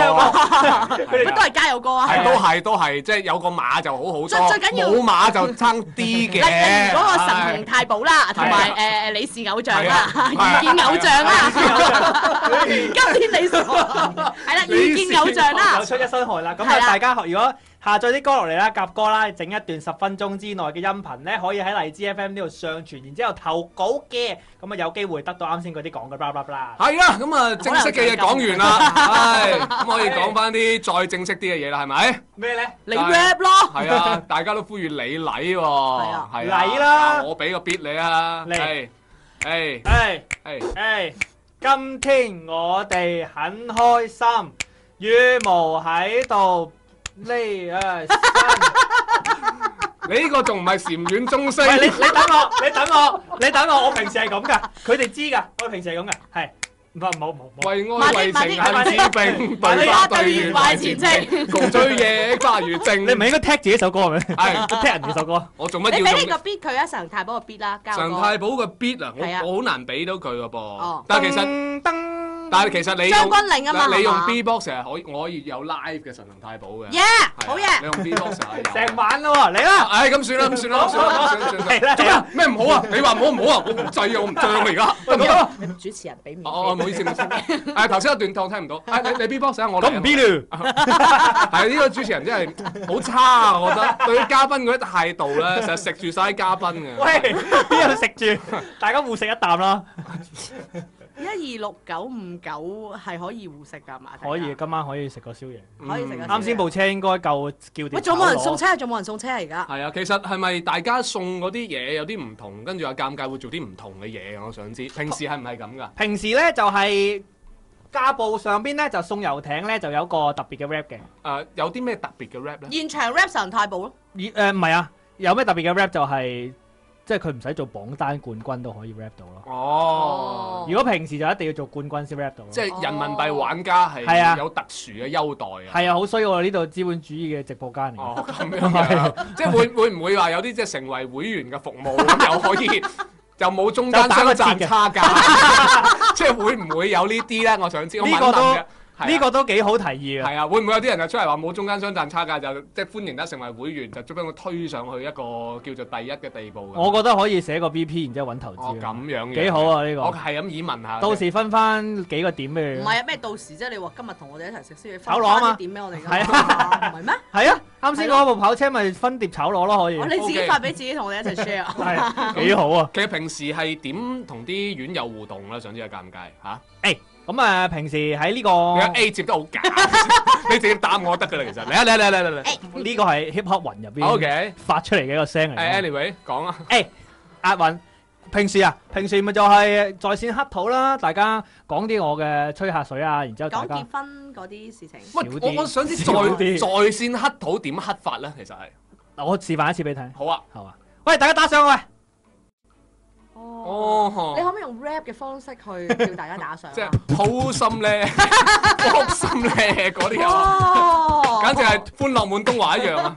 Speaker 1: 廣馬加油歌哎
Speaker 4: 係啊係
Speaker 3: 乜都係加油歌啊，係
Speaker 4: 都
Speaker 3: 啊
Speaker 4: 係都係，即係有個馬就好好多，
Speaker 3: 最最緊要
Speaker 4: 冇馬就爭 啲嘅。
Speaker 3: 例如嗰個神童太保啦，同埋誒誒李氏偶像啦
Speaker 4: 係啊，
Speaker 3: 遇見偶像啦， 今天你傻係啦，遇見偶像啦
Speaker 1: 有，出一身汗啦。咁
Speaker 3: 係
Speaker 1: 啊，
Speaker 3: 啦
Speaker 1: 大家學如果下載啲歌落嚟啦，夾歌啦，整一段十分鐘之內嘅音頻咧，可以喺荔枝 FM 呢度上傳，然之後投稿嘅，咁啊有機會得到啱先嗰啲講嘅 blah blah blah。
Speaker 4: 係啦，咁啊正式嘅嘢講完啦，唉，咁 可以講翻啲再正式啲嘅嘢啦，係咪？
Speaker 1: 咩咧？
Speaker 3: 你 rap 咯，
Speaker 4: 係啊，大家都呼籲你禮喎，
Speaker 3: 啊
Speaker 4: 係啊
Speaker 1: 禮啦
Speaker 4: 嗱我俾個 bit 你啊，
Speaker 1: 嚟
Speaker 4: 係，係，
Speaker 1: 誒
Speaker 4: 係，
Speaker 1: 誒，今天我哋很開心，羽毛喺度呢 誒。
Speaker 4: 你呢個仲唔係禪院中式？
Speaker 1: 喂，你你等我，你等我，你等我，我平時係咁噶，佢哋知噶，我平時係咁噶，係唔冇冇冇。
Speaker 4: 為愛為情恨之病，
Speaker 3: 啊
Speaker 1: 慢啲 慢啲
Speaker 4: 對花對月壞前程，共追夜花如正。
Speaker 1: 你唔係應該踢自己首歌係咪？
Speaker 4: 係
Speaker 1: 踢人哋首歌。
Speaker 4: 我做乜
Speaker 3: 你
Speaker 4: 要
Speaker 3: 俾
Speaker 4: 用
Speaker 3: 你個 beat 佢啊，神太保個 beat 啦，交
Speaker 4: 常
Speaker 3: 個
Speaker 4: 太保嘅 beat 啊？
Speaker 3: 係啊
Speaker 4: 我我好難俾到佢嘅噃
Speaker 3: 哦。
Speaker 4: 但係其實，
Speaker 1: 噔
Speaker 4: 但係其實你
Speaker 3: 將
Speaker 4: 用
Speaker 3: 軍令啊嘛，
Speaker 4: 嗱你用
Speaker 3: 係嘛
Speaker 4: B box 係可以，我可以有 live 嘅神龍太保嘅。
Speaker 3: Yeah，
Speaker 4: 係啊
Speaker 3: 好
Speaker 4: 你
Speaker 3: 嘢，
Speaker 4: 用 B box 係有
Speaker 1: 成。晚啦喎，嚟啦！
Speaker 4: 唉，咁算啦，咁算啦，咁算啦，咁算啦
Speaker 1: 係啦
Speaker 4: 咁算啦。做咩咩唔好啊？你話唔好唔好啊？我唔制啊，我唔漲啊而 家。喂唔得啊
Speaker 3: 主持人俾面俾。
Speaker 4: 哦哦，唔好意思，唔好意思。誒頭先一段當聽唔 到。誒你你 B box 啊，我嚟啊
Speaker 1: 咁唔 B 了，
Speaker 4: 係呢個主持人真係好差啊！我覺得對於嘉賓嗰啲態度咧，成日食住晒啲嘉賓嘅。
Speaker 1: 喂，邊度食住？大家互食一啖啦。
Speaker 3: 一二六九五九係可以互食㗎嘛？
Speaker 1: 可以，今晚可以食個宵夜。
Speaker 3: 可以食啊
Speaker 1: 啱先部車應該夠叫
Speaker 3: 喂，
Speaker 1: 點
Speaker 3: 仲有冇人送車？啊仲有冇人送車而家？
Speaker 4: 係啊，其實係咪大家送嗰啲嘢有啲唔同，跟住阿尷尬會做啲唔同嘅嘢？我想知，平時係唔係咁噶？
Speaker 1: 平時咧就係架步上邊咧就送遊艇咧就有個特別嘅 rap 嘅。
Speaker 4: 誒，有啲咩特別嘅 rap 咧？
Speaker 3: 現場 rap 神太保咯，
Speaker 1: 咦誒唔係啊，有咩特別嘅 rap 就係、即係佢唔使做榜單冠軍都可以 rap 到咯。
Speaker 4: 哦，
Speaker 1: 如果平時就一定要做冠軍先 rap 到咯。
Speaker 4: 即係人民幣玩家
Speaker 1: 係啊
Speaker 4: 係有特殊嘅優待啊。
Speaker 1: 係啊，好衰我哋呢度資本主義嘅直播間嚟嘅。
Speaker 4: 哦，咁樣樣，即係會會唔會話有啲即係成為會員嘅服務咁又 可以？又冇中間商賺差價， 即係會唔會有呢啲咧？我想知，我
Speaker 1: 呢
Speaker 4: 問
Speaker 1: 個
Speaker 4: 一
Speaker 1: 都
Speaker 4: 問嘅。係
Speaker 1: 呢
Speaker 4: 啊
Speaker 1: 個都幾好提議啊！
Speaker 4: 係啊，會唔會有啲人就出嚟話冇中間商賺差價，就即係歡迎得成為會員，就將佢推上去一個叫做第一嘅地步嘅？
Speaker 1: 我覺得可以寫個 BP，然之後揾投
Speaker 4: 哦
Speaker 1: 資
Speaker 4: 咁
Speaker 1: 啊。
Speaker 4: 樣嘅
Speaker 1: 幾好啊呢個
Speaker 4: 我係咁以問下。
Speaker 1: 到時分翻幾個點俾
Speaker 3: 唔
Speaker 1: 你。
Speaker 3: 係啊咩到時啫？你話今日同我哋一齊食宵夜，
Speaker 1: 炒螺啊嘛
Speaker 3: 分點俾我哋㗎？
Speaker 1: 係
Speaker 3: 啊，唔係咩？
Speaker 1: 係啊，啱先嗰部跑車咪分碟炒螺咯，可以。
Speaker 3: 哦你自己
Speaker 4: OK
Speaker 3: 發俾自己，同我哋一齊 share。
Speaker 1: 係幾好啊！
Speaker 4: 其實平時係點同啲院友互動咧？想知係尷尬嚇？
Speaker 1: 誒，咁啊，平時喺呢
Speaker 4: 你
Speaker 1: 個
Speaker 4: A 接得好 假，你直接答我得㗎啦。其實嚟啊嚟啊嚟啊嚟啊嚟啊
Speaker 1: 呢個係 hip hop 雲入邊
Speaker 4: ！OK，
Speaker 1: 發出嚟嘅一個聲
Speaker 4: 誒
Speaker 1: 嚟嘅。
Speaker 4: anyway 講啊，
Speaker 1: 誒，押韻。平時啊，平時咪就係在線黑土啦，大家講啲我嘅吹下水啊，然之後大
Speaker 3: 講
Speaker 1: 家
Speaker 3: 結婚嗰啲事情，
Speaker 4: 喂
Speaker 1: 少，啲
Speaker 4: 我我想知在
Speaker 1: 少啲
Speaker 4: 在線黑土點黑法咧？其實係
Speaker 1: 嗱我示範一次俾你睇，
Speaker 4: 好啊，
Speaker 1: 好嘛？喂，大家打上喂，
Speaker 4: 哦
Speaker 3: 你可唔可以用 rap 嘅方式去叫大家打賞啊？
Speaker 4: 即係好 心咧，開心咧嗰啲啊，
Speaker 3: 哇！
Speaker 4: 簡直係歡樂滿東華一樣啊！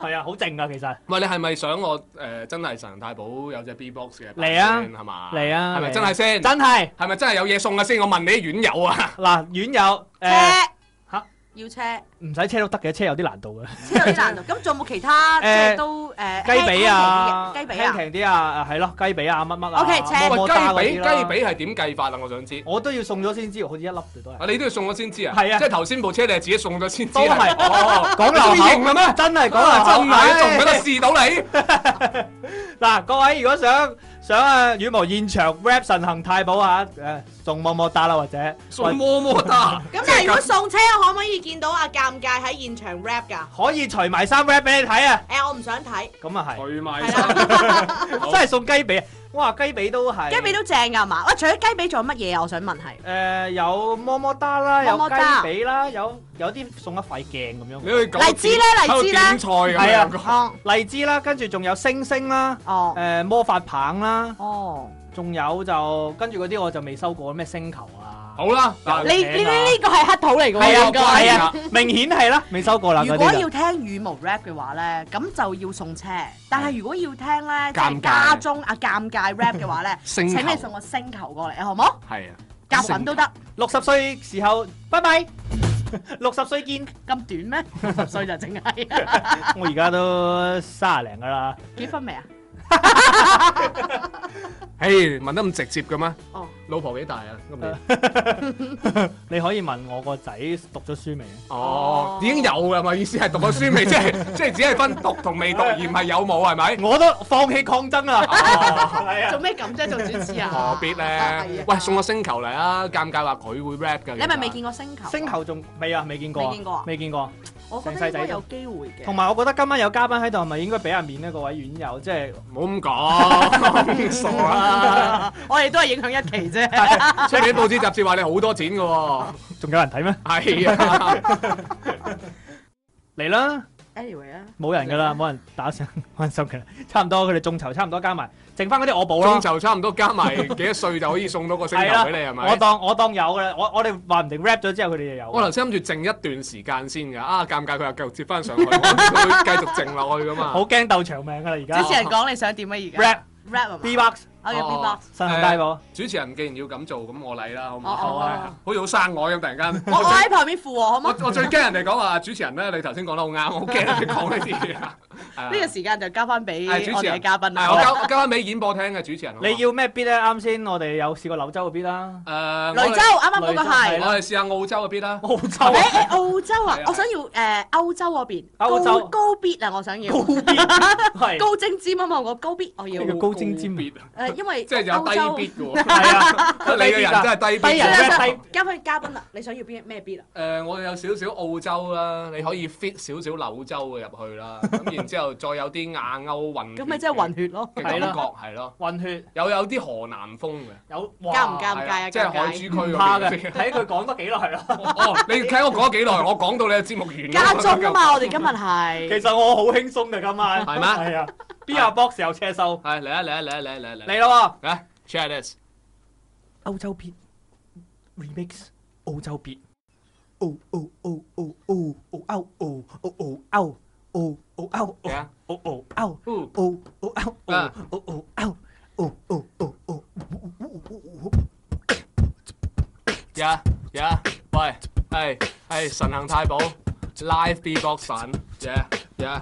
Speaker 1: 係啊，好靜噶其實。
Speaker 4: 喂，你係咪想我誒真係神太保有隻 B box 嘅
Speaker 1: 嚟啊
Speaker 4: 先係嘛？
Speaker 1: 嚟
Speaker 4: 係
Speaker 1: 啊嚟
Speaker 4: 咪
Speaker 1: 啊
Speaker 4: 真係先？
Speaker 1: 真係
Speaker 4: 係咪真係有嘢送啊先？我問你啲院友 啊，
Speaker 1: 嗱，院友誒
Speaker 3: 車
Speaker 1: 呃嚇
Speaker 3: 要車，
Speaker 1: 唔使車都得嘅，車有啲難 度嘅，
Speaker 3: 車有啲難度。咁仲有冇 其他即係都誒
Speaker 1: 呃雞髀啊，
Speaker 3: 輕輕微嘅雞髀
Speaker 1: 輕
Speaker 3: 啊，
Speaker 1: 強啲啊，係咯，雞髀啊，乜乜啊
Speaker 3: OK，車
Speaker 4: 喂
Speaker 1: 摩摩
Speaker 4: 雞
Speaker 1: 打嗰
Speaker 4: 髀
Speaker 1: 啲啦
Speaker 4: 雞髀係點計法啊？我想知。
Speaker 1: 我都要送咗先知，好似一粒嘅都係
Speaker 4: 啊！。你都要送我先知啊？
Speaker 1: 係啊
Speaker 4: 即係頭先部車你係自己送咗先知
Speaker 1: 都
Speaker 4: 啊。
Speaker 1: 係
Speaker 4: 哦
Speaker 1: 講流口
Speaker 4: 你中意型啦咩？
Speaker 1: 真係講哎
Speaker 4: 啊真係仲俾
Speaker 1: 流口
Speaker 4: 得試到你？
Speaker 1: 嗱，各位如果想想啊羽毛現場 rap 神行太保啊，誒送麼麼打啦或者
Speaker 4: 送麼麼哒。
Speaker 3: 咁但係如果送車，可唔可以見到阿尷尬喺現場 rap 㗎？
Speaker 1: 可以除埋衫 rap 俾你睇啊，
Speaker 3: 誒，我唔想睇，
Speaker 1: 咁啊係，
Speaker 4: 佢賣
Speaker 3: 係啦。
Speaker 4: 好
Speaker 1: 真係送雞髀，哇雞髀都係
Speaker 3: 雞髀都正㗎嘛？喂，除咗雞髀仲有乜嘢啊？我想問係。
Speaker 1: 誒有麼麼打啦，有
Speaker 3: 麼麼打
Speaker 1: 雞髀啦，有有啲送一塊鏡咁
Speaker 4: 你
Speaker 1: 樣，
Speaker 4: 去講
Speaker 3: 荔枝咧荔枝咧
Speaker 4: 喺度點菜咁
Speaker 1: 係啊
Speaker 4: 樣
Speaker 3: 哦
Speaker 1: 荔枝啦，跟住仲有星星啦，
Speaker 3: 哦
Speaker 1: 誒魔法棒啦，
Speaker 3: 哦，
Speaker 1: 仲有就跟住嗰啲我就未收過咩星球啊，
Speaker 4: 好啦，嗱
Speaker 1: 有
Speaker 3: 你
Speaker 1: 請
Speaker 3: 你
Speaker 1: 啊
Speaker 3: 呢個係黑土嚟
Speaker 1: 係
Speaker 3: 㗎喎，
Speaker 1: 啊
Speaker 3: 應該
Speaker 1: 係啊，明顯係啦，未收過啦
Speaker 3: 如
Speaker 1: 嗰
Speaker 3: 果
Speaker 1: 啲
Speaker 3: 要
Speaker 1: 就。
Speaker 3: 聽羽毛 rap 嘅話咧，咁就要送車。但係如果要聽咧，即
Speaker 4: 尷尬
Speaker 3: 係家中啊尷尬 rap 嘅話咧，請
Speaker 4: 星球
Speaker 3: 你送個星球過嚟，好唔好？
Speaker 4: 係啊，
Speaker 3: 夾粉都得，
Speaker 1: 六十歲時候，拜 拜。六十歲見，
Speaker 3: 咁短咩？ 十歲就淨係
Speaker 1: 我而家都卅零噶啦。
Speaker 3: 結婚未啊？
Speaker 4: 誒問得咁直接嘅咩？
Speaker 3: 哦，
Speaker 4: 老婆幾大啊？今年
Speaker 1: 你可以問我個仔讀咗書未？
Speaker 4: 哦，已經有啦嘛，意思係讀咗 書未？即係即係只係分讀同未讀，而唔係有冇係咪？
Speaker 1: 我都放棄抗爭啦。係
Speaker 3: 做，咩咁啫？做主持啊？
Speaker 4: 何必
Speaker 3: 係
Speaker 4: 咧
Speaker 3: 啊？
Speaker 4: 喂，送個星球嚟啊！尷尬話佢會 rap 㗎。
Speaker 3: 你係咪
Speaker 4: 其
Speaker 3: 未
Speaker 4: 實
Speaker 3: 見過星球？
Speaker 1: 星，球仲未啊，未見過啊，
Speaker 3: 未見過啊
Speaker 1: 未見過。
Speaker 3: 我覺得應該有機會嘅。
Speaker 1: 同埋我覺得今晚有嘉賓喺度，係咪應該俾下面呢？各位院友，即係
Speaker 4: 唔 好咁講，傻啦！
Speaker 3: 我哋都係影響一期啫。
Speaker 4: 出面報紙雜誌話你好多錢嘅喎，
Speaker 1: 仲有人睇咩？
Speaker 4: 係啊，
Speaker 1: 嚟啦，
Speaker 3: anyway 啊，
Speaker 1: 冇人噶啦，冇人打上 關心嘅啦。差唔多，佢哋眾籌差唔多加埋，剩翻嗰啲我補啦
Speaker 4: 眾。籌差唔多加埋幾多歲就可以送到個星球俾你係
Speaker 1: 我
Speaker 4: 咪？
Speaker 1: 當我當有嘅啦，我我哋話唔定 rap 咗之後，佢哋就有。
Speaker 4: 我頭先諗住靜一段時間先㗎，啊尷尬佢又繼續接翻 上去，我會繼續靜落去㗎嘛。
Speaker 1: 好驚鬥長命噶啦，而家
Speaker 3: 主持人講你想點啊？而家
Speaker 1: rap
Speaker 3: rap 啊嘛
Speaker 1: B box
Speaker 3: 我要 B box。
Speaker 1: 神行大步，
Speaker 4: 主持人既然要咁做，咁我嚟啦，好唔
Speaker 3: 哦
Speaker 4: 好？
Speaker 3: 哦
Speaker 4: 啊好似好生我咁突然間。
Speaker 3: 我我喺旁邊附和，好
Speaker 4: 哦
Speaker 3: 唔
Speaker 4: 我
Speaker 3: 好？
Speaker 4: 我 最驚人哋講話主持人咧，你頭先講得好啱，我好驚你講呢啲嘢。啊
Speaker 3: 呢個時間就交翻俾
Speaker 4: 係主
Speaker 3: 我
Speaker 4: 持
Speaker 3: 哋嘅
Speaker 4: 人，
Speaker 3: 嘉賓啊
Speaker 4: 係我
Speaker 3: 啦。
Speaker 4: 交交翻俾演播廳嘅主持人。好嘛
Speaker 1: 你要咩 beat 咧？啱先我哋有試過柳州嘅 beat 啦，
Speaker 4: 誒
Speaker 3: 雷州啱啱嗰個
Speaker 1: 雷
Speaker 3: 係
Speaker 1: 州。
Speaker 4: 我哋試下澳洲嘅 beat 啦。
Speaker 1: 澳洲啊
Speaker 3: 誒 誒澳洲啊
Speaker 4: 係啊！
Speaker 3: 我想要誒歐洲嗰邊
Speaker 1: 歐洲
Speaker 3: 高高 beat 啊！我想要
Speaker 1: 高 beat 係
Speaker 3: 高精尖啊嘛！我高 beat 我要
Speaker 1: 呢個高精尖
Speaker 4: beat 啊
Speaker 3: 誒，因為
Speaker 4: 即係
Speaker 3: 歐洲
Speaker 4: 有低 beat 嘅喎。
Speaker 1: 係 啊，
Speaker 4: 你個人真係低
Speaker 1: 低
Speaker 3: 啊
Speaker 4: beat
Speaker 1: 人
Speaker 4: 喎。
Speaker 1: 真係低
Speaker 3: 交翻嘉賓啦！你想要邊咩 beat 啊？
Speaker 4: 誒，我哋有少少澳洲啦，你可以 fit 少少柳州嘅入去啦。 咁然之後再有啲亞歐混血
Speaker 3: 咁咪即係混 血咯！
Speaker 4: 嘅感覺係咯，
Speaker 1: 混血
Speaker 4: 有有啲河南風嘅。
Speaker 1: 有
Speaker 3: 加唔加
Speaker 4: 係
Speaker 3: 啊
Speaker 4: 即係
Speaker 3: 尷尬
Speaker 4: 海珠區嗰
Speaker 1: 唔怕
Speaker 4: 邊
Speaker 1: 嘅，睇佢講得幾耐咯。
Speaker 4: 哦，你睇我講咗幾耐，我講到你嘅節目完㗎
Speaker 3: 家 中啊嘛，我哋今日 係
Speaker 1: 其實我好輕鬆嘅今晚，
Speaker 4: 係咩
Speaker 1: 係啊，B 啊 box 有車收，
Speaker 4: 係嚟啊嚟啊嚟啊嚟啊嚟啊嚟啊
Speaker 1: 嚟啦
Speaker 4: 嚟啊！Check this，
Speaker 1: 喎，歐洲 beat remix，澳洲 beat，哦哦哦哦哦哦歐哦哦哦歐哦哦歐
Speaker 4: 嚟啊！
Speaker 1: 哦哦歐。
Speaker 4: 哦
Speaker 1: 哦哦哦
Speaker 4: 啊
Speaker 1: 哦哦哦哦哦哦哦
Speaker 4: 呀呀，喂，係係神行太保，live beatbox 神，yeah yeah。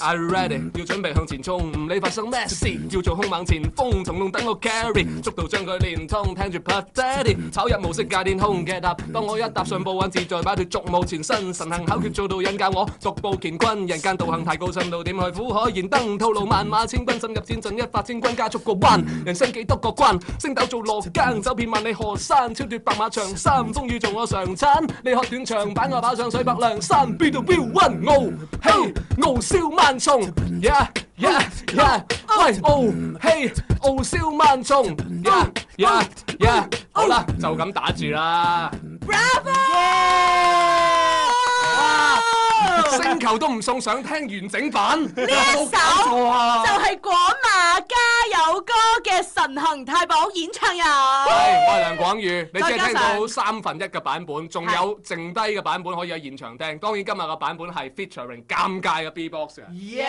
Speaker 4: I ready，要準備向前衝，唔理發生咩事，要做兇猛前鋒，從龍等我 carry，速度將佢連通，聽住 p a d a d d y 炒入無色界天空 get up，當我一踏上步穩自在，擺脱俗務纏身，神行口訣做到引教我，逐步乾坤，人間道行太高深度，點去苦海燃燈，套路萬馬千軍，深入戰陣一發千軍，加速過彎，人生幾多個關，星斗做羅庚，走遍萬里河山，超脱白馬長衫，終於做我常餐，你學短長板，我跑上水泊梁山，B to B one 傲嘿傲笑萬重，yeah yeah yeah，喂傲嘿傲笑萬重，yeah yeah yeah，好啦，就咁打住啦。Bravo！星球都唔送上聽完整版，呢
Speaker 3: 一首
Speaker 4: 啊！
Speaker 3: 就係廣馬加油歌嘅神行太保演唱人。
Speaker 4: 係，我係梁廣宇，你只
Speaker 3: 再
Speaker 4: 係
Speaker 3: 加
Speaker 4: 聽
Speaker 3: 上
Speaker 4: 到三分一嘅版本，仲有剩低嘅版本可以喺現場聽。當然今日嘅版本係 featuring 尷尬嘅 B-box 嘅，
Speaker 3: 耶！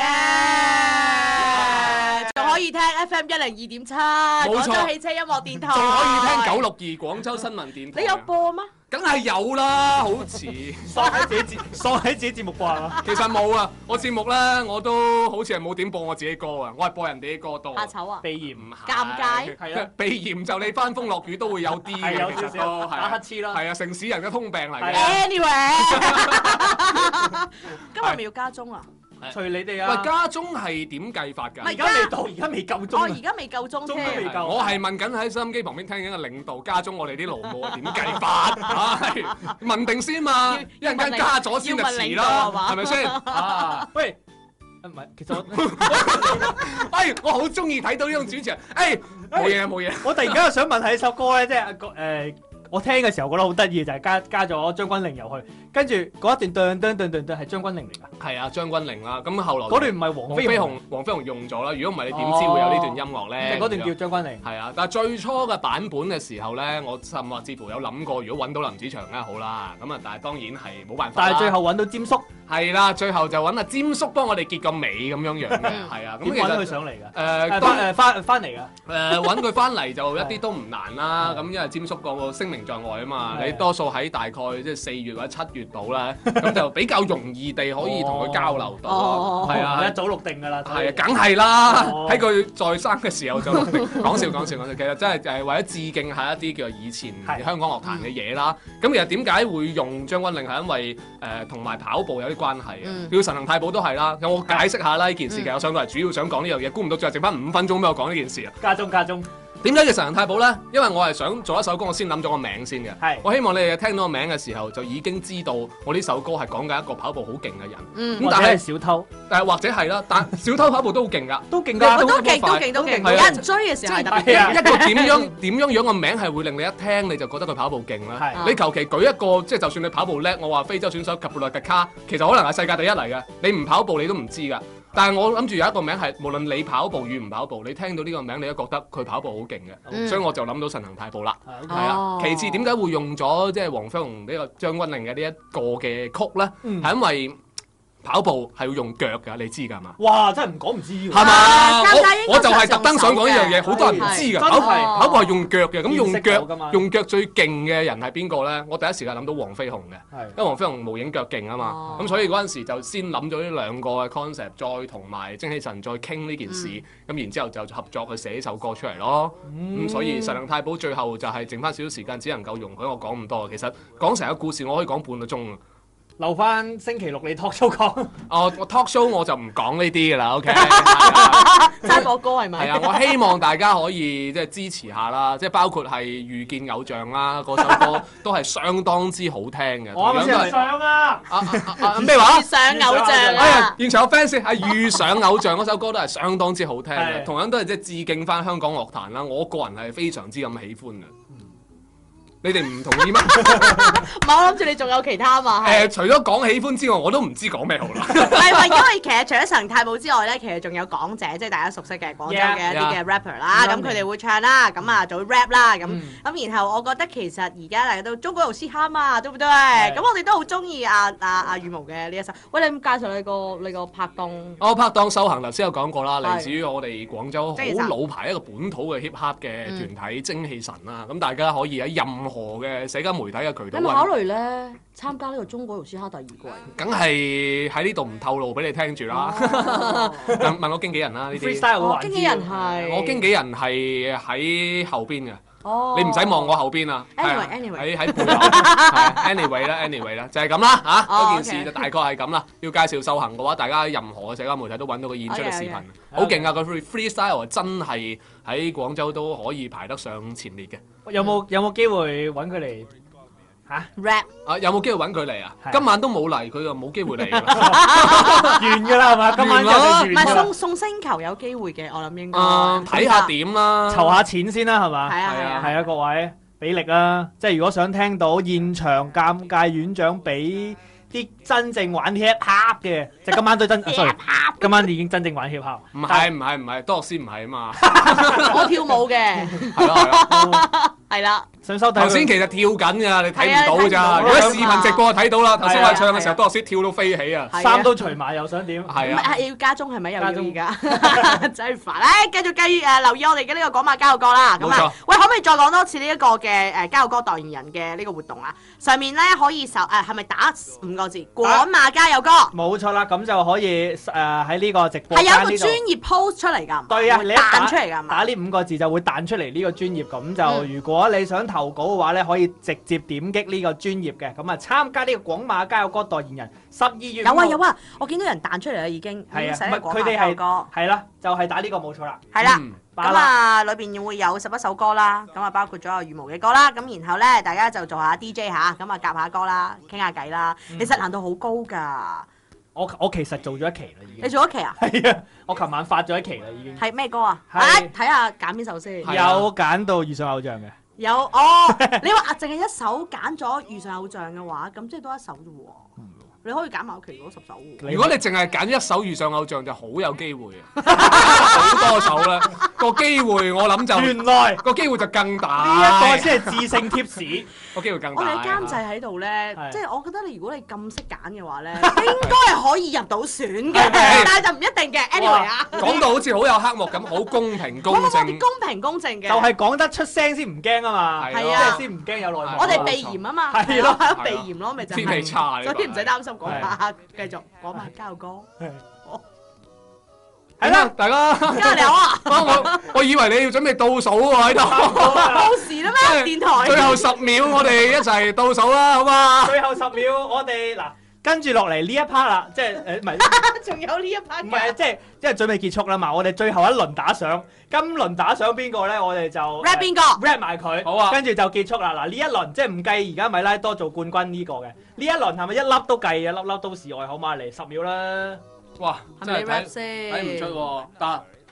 Speaker 3: 仲可以聽 FM 一零二點七，廣
Speaker 4: 錯
Speaker 3: 州汽車音樂電台，
Speaker 4: 仲可以聽九六二廣州新聞電台。
Speaker 3: 你有？播嗎？
Speaker 4: 梗係有啦，好 似其
Speaker 1: 喪喺自己節喪喺自己節目啩係
Speaker 4: 實冇啊。我節目咧我都好似係冇點播我自己歌啊，我係播人哋啲歌多。
Speaker 3: 怕醜啊！
Speaker 1: 鼻炎
Speaker 4: 唔係
Speaker 3: 尷尬
Speaker 1: 係啊，
Speaker 4: 鼻炎就你翻風落雨都會有啲嘅，
Speaker 1: 係有
Speaker 4: 其
Speaker 1: 少
Speaker 4: 實都
Speaker 1: 少
Speaker 4: 係啊
Speaker 1: 打乞嗤啦，
Speaker 4: 係啊，城市人嘅通病嚟
Speaker 1: 係啊
Speaker 4: 嘅。
Speaker 3: Anyway，今日咪要加鐘啊？
Speaker 1: 隨你哋
Speaker 4: 喂，
Speaker 1: 啊。
Speaker 4: 家中係點計法㗎？
Speaker 3: 唔係
Speaker 1: 而家未到，而家未夠
Speaker 3: 我
Speaker 1: 鐘
Speaker 3: 而
Speaker 1: 啊。
Speaker 3: 家未夠鐘
Speaker 1: 鐘都未
Speaker 3: 添
Speaker 1: 夠。夠
Speaker 4: 我係問緊喺收音機旁邊聽緊嘅領導家中我哋啲勞務點計 法？唉，問定先嘛
Speaker 3: 要，
Speaker 4: 一陣間加咗先就遲
Speaker 3: 要
Speaker 4: 啦
Speaker 3: 問領導係，嘛
Speaker 4: 係咪 先？啊！
Speaker 1: 喂，唔係，其實 我
Speaker 4: 哎，我好中意睇到呢種主持人。哎，冇嘢啊冇嘢啊。
Speaker 1: 我突然間又想問下呢首歌咧，即係誒。我聽嘅時候覺得好得意，就係加加咗張君寧入去，跟住嗰一段噔噔噔噔噔係張君寧嚟㗎，
Speaker 4: 係啊，張君寧啦，咁後來
Speaker 1: 嗰段唔係黃
Speaker 4: 黃
Speaker 1: 飛
Speaker 4: 飛
Speaker 1: 鴻
Speaker 4: 鴻，黃飛鴻用咗啦。如果唔係，你點知會有呢段音樂
Speaker 1: 即係
Speaker 4: 咧？
Speaker 1: 嗰段叫張君寧。
Speaker 4: 係啊，但係最初嘅版本嘅時候咧，我甚至乎有諗過，如果揾到林子祥咧好啦，咁啊，但係當然係冇辦法啦。
Speaker 1: 但係最後揾到詹叔，
Speaker 4: 係啦，最後就揾阿詹叔幫我哋結個尾咁樣樣嘅，係啊。咁
Speaker 1: 點
Speaker 4: 其
Speaker 1: 揾
Speaker 4: 實
Speaker 1: 佢上嚟㗎？
Speaker 4: 誒
Speaker 1: 誒
Speaker 4: 當
Speaker 1: 翻誒翻翻嚟㗎。
Speaker 4: 誒揾佢翻嚟就一啲都唔難啦，
Speaker 1: 係
Speaker 4: 咁因為詹叔個聲名在外啊嘛，
Speaker 1: 係
Speaker 4: 你多數喺大概即係四月或者七月度 啦，咁就比較容易地可以同佢交流到
Speaker 3: 哦
Speaker 4: 啊，係啊
Speaker 1: 一。早錄定㗎啦。所以
Speaker 4: 係啊，梗係啦！
Speaker 1: 哦
Speaker 4: 喺佢在生嘅時候就講笑講笑講笑，其實真係誒為咗致敬下一啲叫做以前
Speaker 1: 係
Speaker 4: 香港樂壇嘅嘢啦。咁其實點解會用張君令係因為誒同埋跑步有啲關係啊
Speaker 3: 嗯。
Speaker 4: 叫神行太保都係啦。咁我解釋下啦呢件事，
Speaker 3: 嗯
Speaker 4: 其實我上到嚟主要想講呢樣嘢，估唔到最後剩翻五分鐘俾我講呢件事啊。
Speaker 1: 家中家中
Speaker 4: 點解叫神行太保咧？因為我係想做一首歌，我先諗咗個名先嘅。
Speaker 1: 係
Speaker 4: 我希望你哋聽到個名嘅時候，就已經知道我呢首歌係講緊一個跑步好勁嘅人。
Speaker 3: 嗯
Speaker 4: 咁，
Speaker 1: 或者
Speaker 4: 但
Speaker 1: 係
Speaker 4: 係
Speaker 1: 小偷
Speaker 4: 誒或者係啦，但小偷跑步都好勁噶。
Speaker 1: 都勁
Speaker 3: 我
Speaker 1: 㗎，
Speaker 3: 都勁，都勁，都勁。
Speaker 4: 係啊
Speaker 3: 有人追嘅時候係特別
Speaker 1: 係啊
Speaker 4: 一個點樣點樣樣嘅名係會令你一聽你就覺得佢跑步勁啦。
Speaker 1: 係
Speaker 4: 你求其舉一個，即係就算你跑步叻，我話非洲選手及布略吉卡，其實可能係世界第一嚟嘅。你唔跑步你都唔知㗎。但係我諗住有一個名係，無論你跑步與唔跑步，你聽到呢個名你都覺得佢跑步好勁嘅，
Speaker 3: 嗯
Speaker 4: 所以我就諗到神行太步啦。
Speaker 1: 係
Speaker 4: 係啊
Speaker 3: 哦，
Speaker 4: 其次點解會用咗即係黃飛鴻呢個張君寧嘅呢一個嘅曲咧？
Speaker 1: 嗯
Speaker 4: 係因為。跑步係要用腳㗎，你知㗎嘛？
Speaker 1: 哇！真係唔講唔知喎。
Speaker 4: 係嘛？
Speaker 3: 啊尷尬應
Speaker 4: 我
Speaker 3: 該
Speaker 4: 我就係
Speaker 3: 上
Speaker 4: 特登想講呢樣嘢，
Speaker 3: 手嘅
Speaker 4: 好多人唔知㗎。
Speaker 1: 係
Speaker 4: 跑
Speaker 1: 真係
Speaker 4: 跑步係用腳嘅，咁
Speaker 1: 哦見識
Speaker 4: 用
Speaker 1: 到㗎嘛
Speaker 4: 腳用腳最勁嘅人係邊個咧？我第一時間諗到黃飛鴻嘅。因為
Speaker 1: 係
Speaker 4: 黃飛鴻無影腳勁啊嘛
Speaker 3: 哦，
Speaker 4: 咁、所以嗰陣時就先諗咗呢兩個嘅 concept，再同埋精氣神再傾呢件事，咁、
Speaker 1: 嗯
Speaker 4: 然之後就合作去寫呢首歌出嚟咯。咁、所以神能太保最後就係剩翻少少時間，只能夠容許我講咁多。其實講成個故事我可以講半個 鐘啊。
Speaker 1: 留翻星期六你 talk show 講。
Speaker 4: 我我 talk show 我就唔講呢啲㗎啦，OK 係啊。
Speaker 3: 齋播歌係咪？
Speaker 4: 係啊，我希望大家可以即係支持下啦， 即係包括係遇見偶像啦，嗰首歌都係相當之好聽嘅。
Speaker 1: 我啱
Speaker 4: 同
Speaker 1: 啱
Speaker 4: 樣都
Speaker 1: 先
Speaker 4: 係
Speaker 1: 上啊！
Speaker 4: 啊啊啊啊咩話
Speaker 3: 遇？上偶像
Speaker 4: 哎呀
Speaker 3: 啊！，
Speaker 4: 現場有 fans 係遇上偶像嗰首歌都係相當之好聽
Speaker 1: 係
Speaker 4: 嘅，同樣都係即係致敬翻香港樂壇啦。我個人係非常之咁喜歡嘅。你哋唔同意嗎？
Speaker 3: 唔係我諗住你仲有其他嘛？係
Speaker 4: 誒，除咗講喜歡之外，我都唔知講咩好啦。
Speaker 3: 唔係唔係，因為其實除咗神太保之外咧，其實仲有港姐，即係大家熟悉嘅廣州嘅一啲嘅 rapper 啦，咁佢哋會唱啦，咁啊做 rap 啦，咁
Speaker 4: 嗯
Speaker 3: 咁然後我覺得其實而家大家都中國有嘻哈嘛，對唔對？咁我哋都好中意阿阿阿羽毛嘅呢一首。喂，你咁介紹你個你個拍檔？
Speaker 4: 我哦拍檔修行頭先有講過啦，
Speaker 3: 係
Speaker 4: 嚟自於我哋廣州
Speaker 3: 精氣神
Speaker 4: 好老牌一個本土嘅 hip hop 嘅
Speaker 3: 嗯
Speaker 4: 團體精氣神啦。咁大家可以喺任何嘅社交媒體嘅渠
Speaker 3: 你
Speaker 4: 道
Speaker 3: 有冇考
Speaker 4: 揾，
Speaker 3: 慮咧參加呢個中國有嘻哈第二 季？
Speaker 4: 梗係喺呢度唔透露俾你聽住啦。 問問我經紀人啦呢啲，
Speaker 1: freestyle 好
Speaker 3: 哦，
Speaker 1: 玩啲
Speaker 3: 經紀人係
Speaker 4: 啊我經紀人係喺後邊嘅。
Speaker 3: 哦，
Speaker 4: 你唔使望我後邊啊
Speaker 3: Anyway，
Speaker 4: 係啊
Speaker 3: anyway
Speaker 4: 喺喺背後係啊，anyway 啦，anyway 啦，就係咁啦嚇。
Speaker 3: 哦
Speaker 4: 嗰件
Speaker 3: OK
Speaker 4: 事就大概係咁啦。要介紹秀行嘅話，大家任何嘅社交媒體都揾到個演出嘅視頻
Speaker 3: OK，OK，
Speaker 4: 好勁啊！個 free freestyle 真係喺廣州都可以排得上前列嘅。
Speaker 1: 有冇有冇機會揾 佢嚟？
Speaker 3: rap
Speaker 4: 啊，有冇機會揾佢嚟啊
Speaker 1: 係？
Speaker 4: 今晚都冇嚟，佢就冇機會嚟啊啦。
Speaker 1: 完㗎啦係嘛？今晚就
Speaker 3: 唔
Speaker 1: 完
Speaker 3: 係
Speaker 1: 㗎啦
Speaker 3: 哦送送星球有機會嘅，我諗
Speaker 1: 哦
Speaker 3: 應該哦
Speaker 4: 啊，睇下點啦。
Speaker 1: 籌下錢先啦係嘛？
Speaker 3: 係啊係啊
Speaker 1: 係啊，各位俾力啦！即係如果想聽到現場尷尬院長俾啲真正玩 hip hop 嘅，就今晚都 真 sorry，今晚已經真正玩 hip hop。
Speaker 4: 唔係唔係唔係，多樂師唔係啊嘛。
Speaker 3: 我跳舞嘅，
Speaker 4: 係咯係咯。
Speaker 3: 係啦。
Speaker 1: 想收睇
Speaker 4: 頭先
Speaker 1: 佢
Speaker 4: 其實跳緊㗎，你
Speaker 3: 係啊
Speaker 4: 睇唔到
Speaker 3: 睇唔到啊
Speaker 4: 咋。如果視頻直播就睇到啦。頭先我哋唱嘅時
Speaker 3: 係啊係啊
Speaker 4: 候，多樂師跳到飛起啊。
Speaker 3: 係啊
Speaker 1: 衫都除埋又想點？
Speaker 4: 係
Speaker 3: 唔
Speaker 4: 啊。
Speaker 3: 係要家中係咪又要
Speaker 1: 家
Speaker 3: 而
Speaker 1: 中
Speaker 3: 家 真係煩？哎誒，繼續繼誒留意我哋嘅呢個講馬交友歌啦。咁
Speaker 4: 冇
Speaker 3: 啊
Speaker 4: 錯，
Speaker 3: 喂，可唔可以再講多次呢一個嘅誒交友歌代言人嘅呢個活動啊？上面咧可以搜誒係咪打五個字廣馬交友歌？
Speaker 1: 冇錯啦，咁就可以誒喺呢個直播
Speaker 3: 係有
Speaker 1: 間
Speaker 3: 一
Speaker 1: 呢
Speaker 3: 個
Speaker 1: 度
Speaker 3: 專。業 post 出嚟㗎，
Speaker 1: 對啊，
Speaker 3: 會
Speaker 1: 你一打
Speaker 3: 彈出嚟㗎係
Speaker 1: 打
Speaker 3: 嘛？
Speaker 1: 呢五個字就會彈出嚟呢個專業，咁就、
Speaker 3: 嗯
Speaker 1: 如果你想投稿嘅話咧，可以直接點擊呢個專業嘅，咁啊參加呢個廣馬交友歌代言人十二月
Speaker 3: 有啊有
Speaker 1: 啊，
Speaker 3: 啊，我見到人彈出嚟啦已經，已
Speaker 1: 係
Speaker 3: 經
Speaker 1: 啊，
Speaker 3: 寫
Speaker 1: 唔係
Speaker 3: 咗
Speaker 1: 嗯
Speaker 3: 廣
Speaker 1: 佢哋
Speaker 3: 馬交友
Speaker 1: 係
Speaker 3: 歌。
Speaker 1: 係啦，就係、打呢個冇錯啦，
Speaker 3: 係啦。
Speaker 4: 嗯
Speaker 1: 巴
Speaker 3: 咁
Speaker 1: 啦，
Speaker 3: 啊，裏邊會有十一首歌啦，咁啊包括咗有羽毛嘅歌啦，咁然後咧大家就做下 DJ 吓，咁啊夾下歌啦，傾下偈啦，其實難度好高㗎，
Speaker 1: 我我其實做咗一期啦已
Speaker 3: 你
Speaker 1: 經，
Speaker 3: 做咗期啊？
Speaker 1: 係啊，我琴晚發咗一期啦已經，
Speaker 3: 係咩歌啊？
Speaker 1: 係
Speaker 3: 啊，睇下揀邊首先。
Speaker 4: 係啊
Speaker 1: 有揀到遇上偶像嘅，
Speaker 3: 有哦， 你話啊，淨係一首揀咗遇上偶像嘅話，咁即係多一首啫喎。你可以揀埋我其嗰十首喎。
Speaker 4: 如果你淨係揀一首遇上偶像，就好有機會啊！好多首咧，個機會我諗就
Speaker 1: 原來呢
Speaker 4: 個機會就更大，
Speaker 1: 一個先係致 勝 tips，
Speaker 4: 個機會更
Speaker 3: 我
Speaker 4: 大。
Speaker 3: 哋嘅監製喺度咧
Speaker 1: 係，
Speaker 3: 即係我覺得你如果你咁識揀 嘅話咧，應該係可以入到選嘅，
Speaker 4: 係
Speaker 3: 但係就唔一定嘅。anyway 啊，
Speaker 4: 講到好似好有黑幕咁，好公平
Speaker 3: 我
Speaker 4: 公
Speaker 3: 我
Speaker 4: 正
Speaker 3: 哋。公平公正嘅。
Speaker 1: 就係講得出聲先唔驚啊嘛，
Speaker 4: 係
Speaker 3: 啊
Speaker 1: 即係先唔驚有內幕啊嘛，
Speaker 3: 我哋避嫌啊嘛，
Speaker 1: 係咯
Speaker 3: 係避嫌咯，咪就係
Speaker 4: 天氣差
Speaker 3: 所以唔使擔心講
Speaker 1: 係
Speaker 3: 下，繼續講埋交友歌，
Speaker 1: 係
Speaker 4: 係
Speaker 1: 啦
Speaker 4: 啦，大家，啊
Speaker 3: 加油啊！
Speaker 4: 我我以為你要準備倒數喎喺度，
Speaker 3: 冇事啦咩？電台
Speaker 4: 最後十秒我哋一齊倒數啦，好嘛？
Speaker 1: 最後十秒，我哋嗱跟住落嚟呢一 part 啦，即係呃 誒唔係
Speaker 3: 仲有呢一 part
Speaker 1: 唔係
Speaker 3: 嘅
Speaker 1: 即係即係準備結束啦嘛，我哋最後一輪打賞，今輪打賞邊個咧？我哋就呃
Speaker 3: rap 邊個？
Speaker 1: rap 埋佢，
Speaker 4: 好啊
Speaker 1: 跟住就結束啦。嗱呢一輪即係唔計而家米拉多做冠軍呢個嘅，呢一輪係咪一粒都計嘅？粒粒都是愛好嘛，嚟十秒啦，
Speaker 4: 哇，
Speaker 3: 係
Speaker 4: 真
Speaker 3: 咪
Speaker 4: 係
Speaker 3: 你 rap
Speaker 4: 睇
Speaker 3: 先？
Speaker 4: 睇唔出喎，但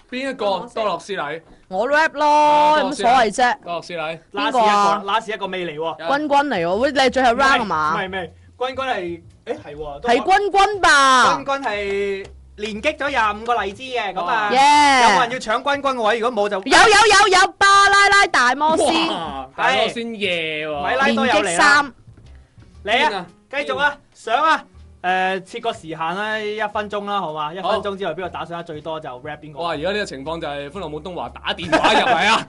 Speaker 4: 邊一個多樂斯禮？
Speaker 8: 我 rap 咯，有乜所謂啫？
Speaker 4: 多樂斯禮，
Speaker 1: 拉
Speaker 8: 邊
Speaker 1: 屎
Speaker 8: 個
Speaker 1: 一
Speaker 8: 啊
Speaker 1: 個，拉屎一個未嚟喎，
Speaker 8: 君君嚟喎，喂，你最後 rap 係
Speaker 1: 唔
Speaker 8: 嘛？
Speaker 1: 係唔係，君君係誒係喎，都
Speaker 8: 係君君吧
Speaker 1: 君君係連擊咗廿五個荔枝嘅，咁啊有冇人
Speaker 8: ？Yeah，
Speaker 1: 要搶君君嘅位？如果冇就
Speaker 8: 有有有有巴拉拉大魔仙
Speaker 4: 哇，大佬先夜喎，
Speaker 1: 米拉
Speaker 8: 連
Speaker 1: 多有
Speaker 8: 擊
Speaker 1: 嚟啦。
Speaker 8: 三，
Speaker 1: 嚟啊！
Speaker 4: 啊！
Speaker 1: 繼續啊，上啊！誒、誒設個時限啦，一分鐘啦，好嘛？一分
Speaker 4: 好
Speaker 1: 鐘之內邊個打賞得最多就 rap 邊個。
Speaker 4: 哇！而家呢個情況就係歡樂冇東華打電話入嚟啊！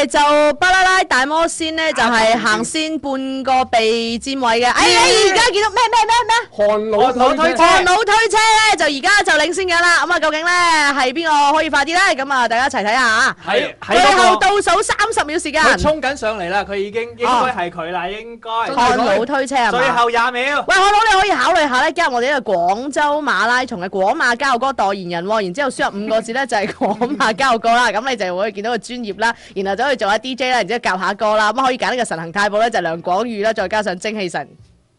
Speaker 8: 誒就巴啦啦大魔仙咧，就係行先半個鼻尖位嘅。哎，你而家見到咩咩咩咩？
Speaker 4: 韓老
Speaker 1: 韓老推車
Speaker 8: 韓老推車咧就而家就領先緊啦。咁啊，究竟咧係邊個可以快啲咧？咁啊，大家一齊睇下啊！
Speaker 1: 喺喺
Speaker 8: 最
Speaker 1: 嗰
Speaker 8: 後
Speaker 1: 個
Speaker 8: 倒數三十秒時間，
Speaker 1: 佢衝緊上嚟啦，佢已經應該係佢啦，應該。
Speaker 8: 韓老推車係
Speaker 1: 最
Speaker 8: 嘛？
Speaker 1: 後廿秒。
Speaker 8: 喂，我佬，你可以考慮下咧，加入我哋呢個廣州馬拉松嘅廣馬交友歌代言人喎，然之後輸入五個字咧就係廣馬交友歌啦，咁你就會見到個專業啦，然後就可以做下 DJ 啦，然之後教下歌啦，咁可以揀呢個神行太保咧就係梁廣宇啦，再加上精氣神，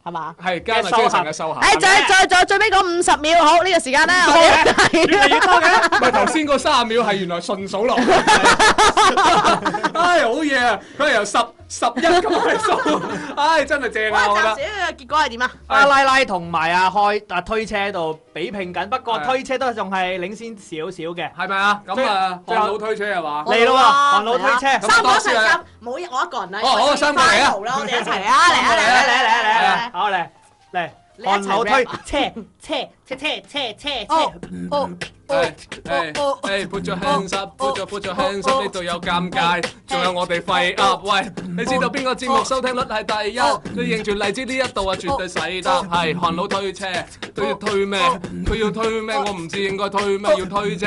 Speaker 8: 係嘛？
Speaker 4: 係哎加埋張成嘅收下。
Speaker 8: 誒，再再再最尾嗰五十秒，好呢、個時間咧，我哋睇
Speaker 1: 越嚟越多嘅，
Speaker 4: 唔係頭先嗰三十秒係原來順數落， 唉好嘢啊！佢係由十十一咁嚟數， 唉真係正啊！我
Speaker 3: 喂，
Speaker 4: 覺
Speaker 3: 暫
Speaker 4: 得
Speaker 3: 時。呢個結果係點啊？
Speaker 1: 阿拉拉同埋阿開啊推車度比拼緊，不過
Speaker 4: 係啊
Speaker 1: 推車都仲係領先少少嘅。
Speaker 4: 係咪啊？咁啊，
Speaker 1: 最
Speaker 4: 看
Speaker 1: 後
Speaker 4: 老推車係嘛？
Speaker 1: 嚟咯喎，韓老推車，
Speaker 4: 咁
Speaker 3: 啊三個一齊
Speaker 4: 多謝
Speaker 3: 三
Speaker 4: 啊，
Speaker 3: 唔好一我一個人啦。
Speaker 4: 哦好啊三個嚟啊
Speaker 3: 翻圖啦，我哋一齊啊！ 嚟啊嚟啊嚟啊嚟啊嚟啊！
Speaker 1: 好嚟嚟，
Speaker 3: 你一齊
Speaker 1: 韓老推
Speaker 3: rap 啊
Speaker 1: 車車車車車車
Speaker 3: 哦
Speaker 1: 車。
Speaker 3: 哦
Speaker 4: 誒誒
Speaker 3: oh,
Speaker 4: 誒，put your hands up，put your put your hands up，呢度有尷尬，仲有我哋廢噏。喂，
Speaker 3: oh.
Speaker 4: 你知道邊個節目收聽率係第一？你認住荔枝呢一度啊，絕對使得。係韓佬推車，佢要推咩？佢要推咩？我唔知應該推咩，要推啫。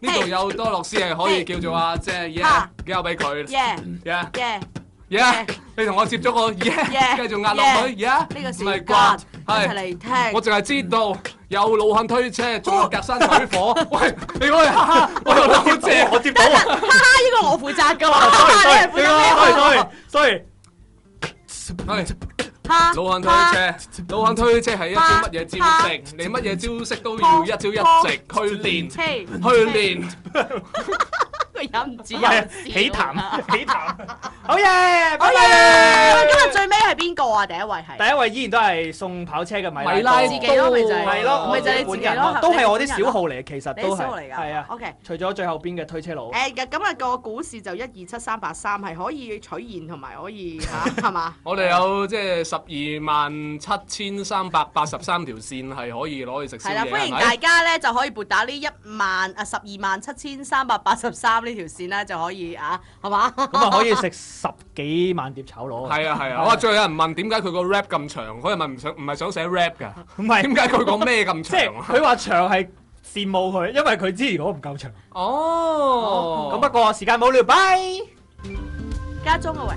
Speaker 4: 呢度有多樂斯係可以叫做阿姐，yeah，交俾佢
Speaker 3: yeah
Speaker 4: ，yeah。
Speaker 3: yeah，
Speaker 4: 耶！你同我接咗個耶，
Speaker 3: Yeah，
Speaker 4: 繼續壓落去耶，
Speaker 3: 呢個時
Speaker 4: 唔係啩？
Speaker 3: 間
Speaker 4: 係，
Speaker 3: 一齊嚟聽。
Speaker 4: 我淨係知道
Speaker 3: 嗯
Speaker 4: 有老漢推車，仲
Speaker 3: 哦
Speaker 4: 有隔山取火。 喂，你嗰個哈哈，我又好正，我接 到
Speaker 3: 哈哈，呢個我負責噶喎，
Speaker 1: sorry
Speaker 3: 你係負責
Speaker 1: sorry
Speaker 3: 咩？
Speaker 1: sorry sorry，
Speaker 4: 係
Speaker 3: 哈
Speaker 4: 老漢推車，老漢推車係一招乜嘢
Speaker 3: 啊
Speaker 4: 招式？你乜嘢招式都要一招一式去練，去
Speaker 3: 嘿，
Speaker 4: 練。
Speaker 3: 佢忍唔住
Speaker 1: 唔
Speaker 3: 又
Speaker 1: 係
Speaker 3: 笑
Speaker 1: 起
Speaker 3: 啊
Speaker 1: 痰起痰，好嘢，
Speaker 3: 好
Speaker 1: 拜
Speaker 3: 嘢！
Speaker 1: 拜
Speaker 3: 喂今日最尾係邊個啊？第一位係
Speaker 1: 第一位依然都係送跑車嘅米
Speaker 4: 米
Speaker 1: 拉
Speaker 4: 拉
Speaker 1: 多
Speaker 3: 自己咯，咪就
Speaker 1: 係
Speaker 3: 係
Speaker 1: 咯，
Speaker 3: 咪就係
Speaker 1: 我
Speaker 3: 你
Speaker 1: 本
Speaker 3: 自己
Speaker 1: 人
Speaker 3: 咯
Speaker 1: 咯，，都係我啲
Speaker 3: 你自己
Speaker 1: 小
Speaker 3: 人
Speaker 1: 號
Speaker 3: 咯，
Speaker 1: 嚟嘅，其實
Speaker 3: 你
Speaker 1: 都
Speaker 3: 啲
Speaker 1: 係
Speaker 3: 小號嚟㗎，
Speaker 1: 係啊，
Speaker 3: OK。
Speaker 1: 除咗最後邊嘅推車佬，
Speaker 3: 誒咁啊個股市就一二七三八三係可以取現同埋 可以嚇係嘛？
Speaker 4: 我哋有即係十二萬七千三百八十三條線係可以攞去食宵
Speaker 1: 啊
Speaker 3: 係啦，
Speaker 4: 夜，
Speaker 3: 歡
Speaker 4: 係
Speaker 3: 迎
Speaker 4: 咪
Speaker 3: 大？家咧就可以撥打呢一萬啊十二萬七千三百八十三呢條線啦，就可以啊係嘛？
Speaker 1: 咁啊可以食十幾萬碟炒螺 啊，
Speaker 4: 係啊係啊，哇！最後有人問點解佢個 rap 咁長，佢係咪唔想唔係想寫 rap 㗎？
Speaker 1: 唔係
Speaker 4: 點解佢個咩 咁
Speaker 1: 即係
Speaker 4: 長啊？
Speaker 1: 佢話長係羨慕佢，因為佢之前嗰個唔夠長。
Speaker 4: 哦，
Speaker 1: 咁不過時間冇了，拜。
Speaker 3: 家中啊喂，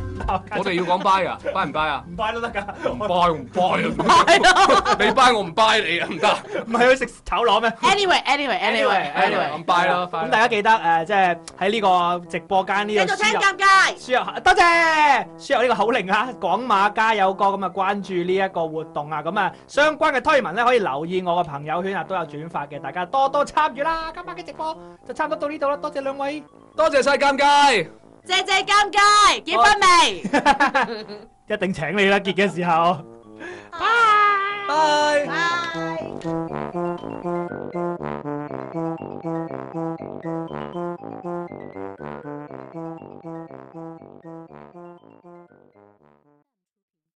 Speaker 4: 我哋要講 buy 啊，buy 唔 buy 啊？
Speaker 1: 唔拜都得㗎，
Speaker 4: 唔
Speaker 1: 我
Speaker 4: buy 唔 buy 啊！ 你 buy 我唔 buy 你啊，唔得。
Speaker 1: 唔係去食炒螺咩？
Speaker 3: Anyway, anyway, anyway,
Speaker 4: anyway，
Speaker 3: anyway，
Speaker 4: 咁 buy 啦，
Speaker 1: 咁大家記得誒，即係喺呢個直啊播間呢
Speaker 3: 繼
Speaker 1: 度
Speaker 3: 續
Speaker 1: 輸
Speaker 3: 聽
Speaker 1: 入
Speaker 3: 尷尬，
Speaker 1: 輸入多謝輸入呢個口令啊，廣馬加油歌咁啊，關注呢一個活動啊，咁啊相關嘅推文咧可以留意我嘅朋友圈啊，都有轉發嘅，大家多多參與啦。今晚嘅直播就差唔多到呢度啦，多謝兩位。
Speaker 4: 多謝晒尷尬。
Speaker 3: 謝謝尷 尬，結婚未？
Speaker 1: 一定請你啦，結嘅時候。
Speaker 3: 拜。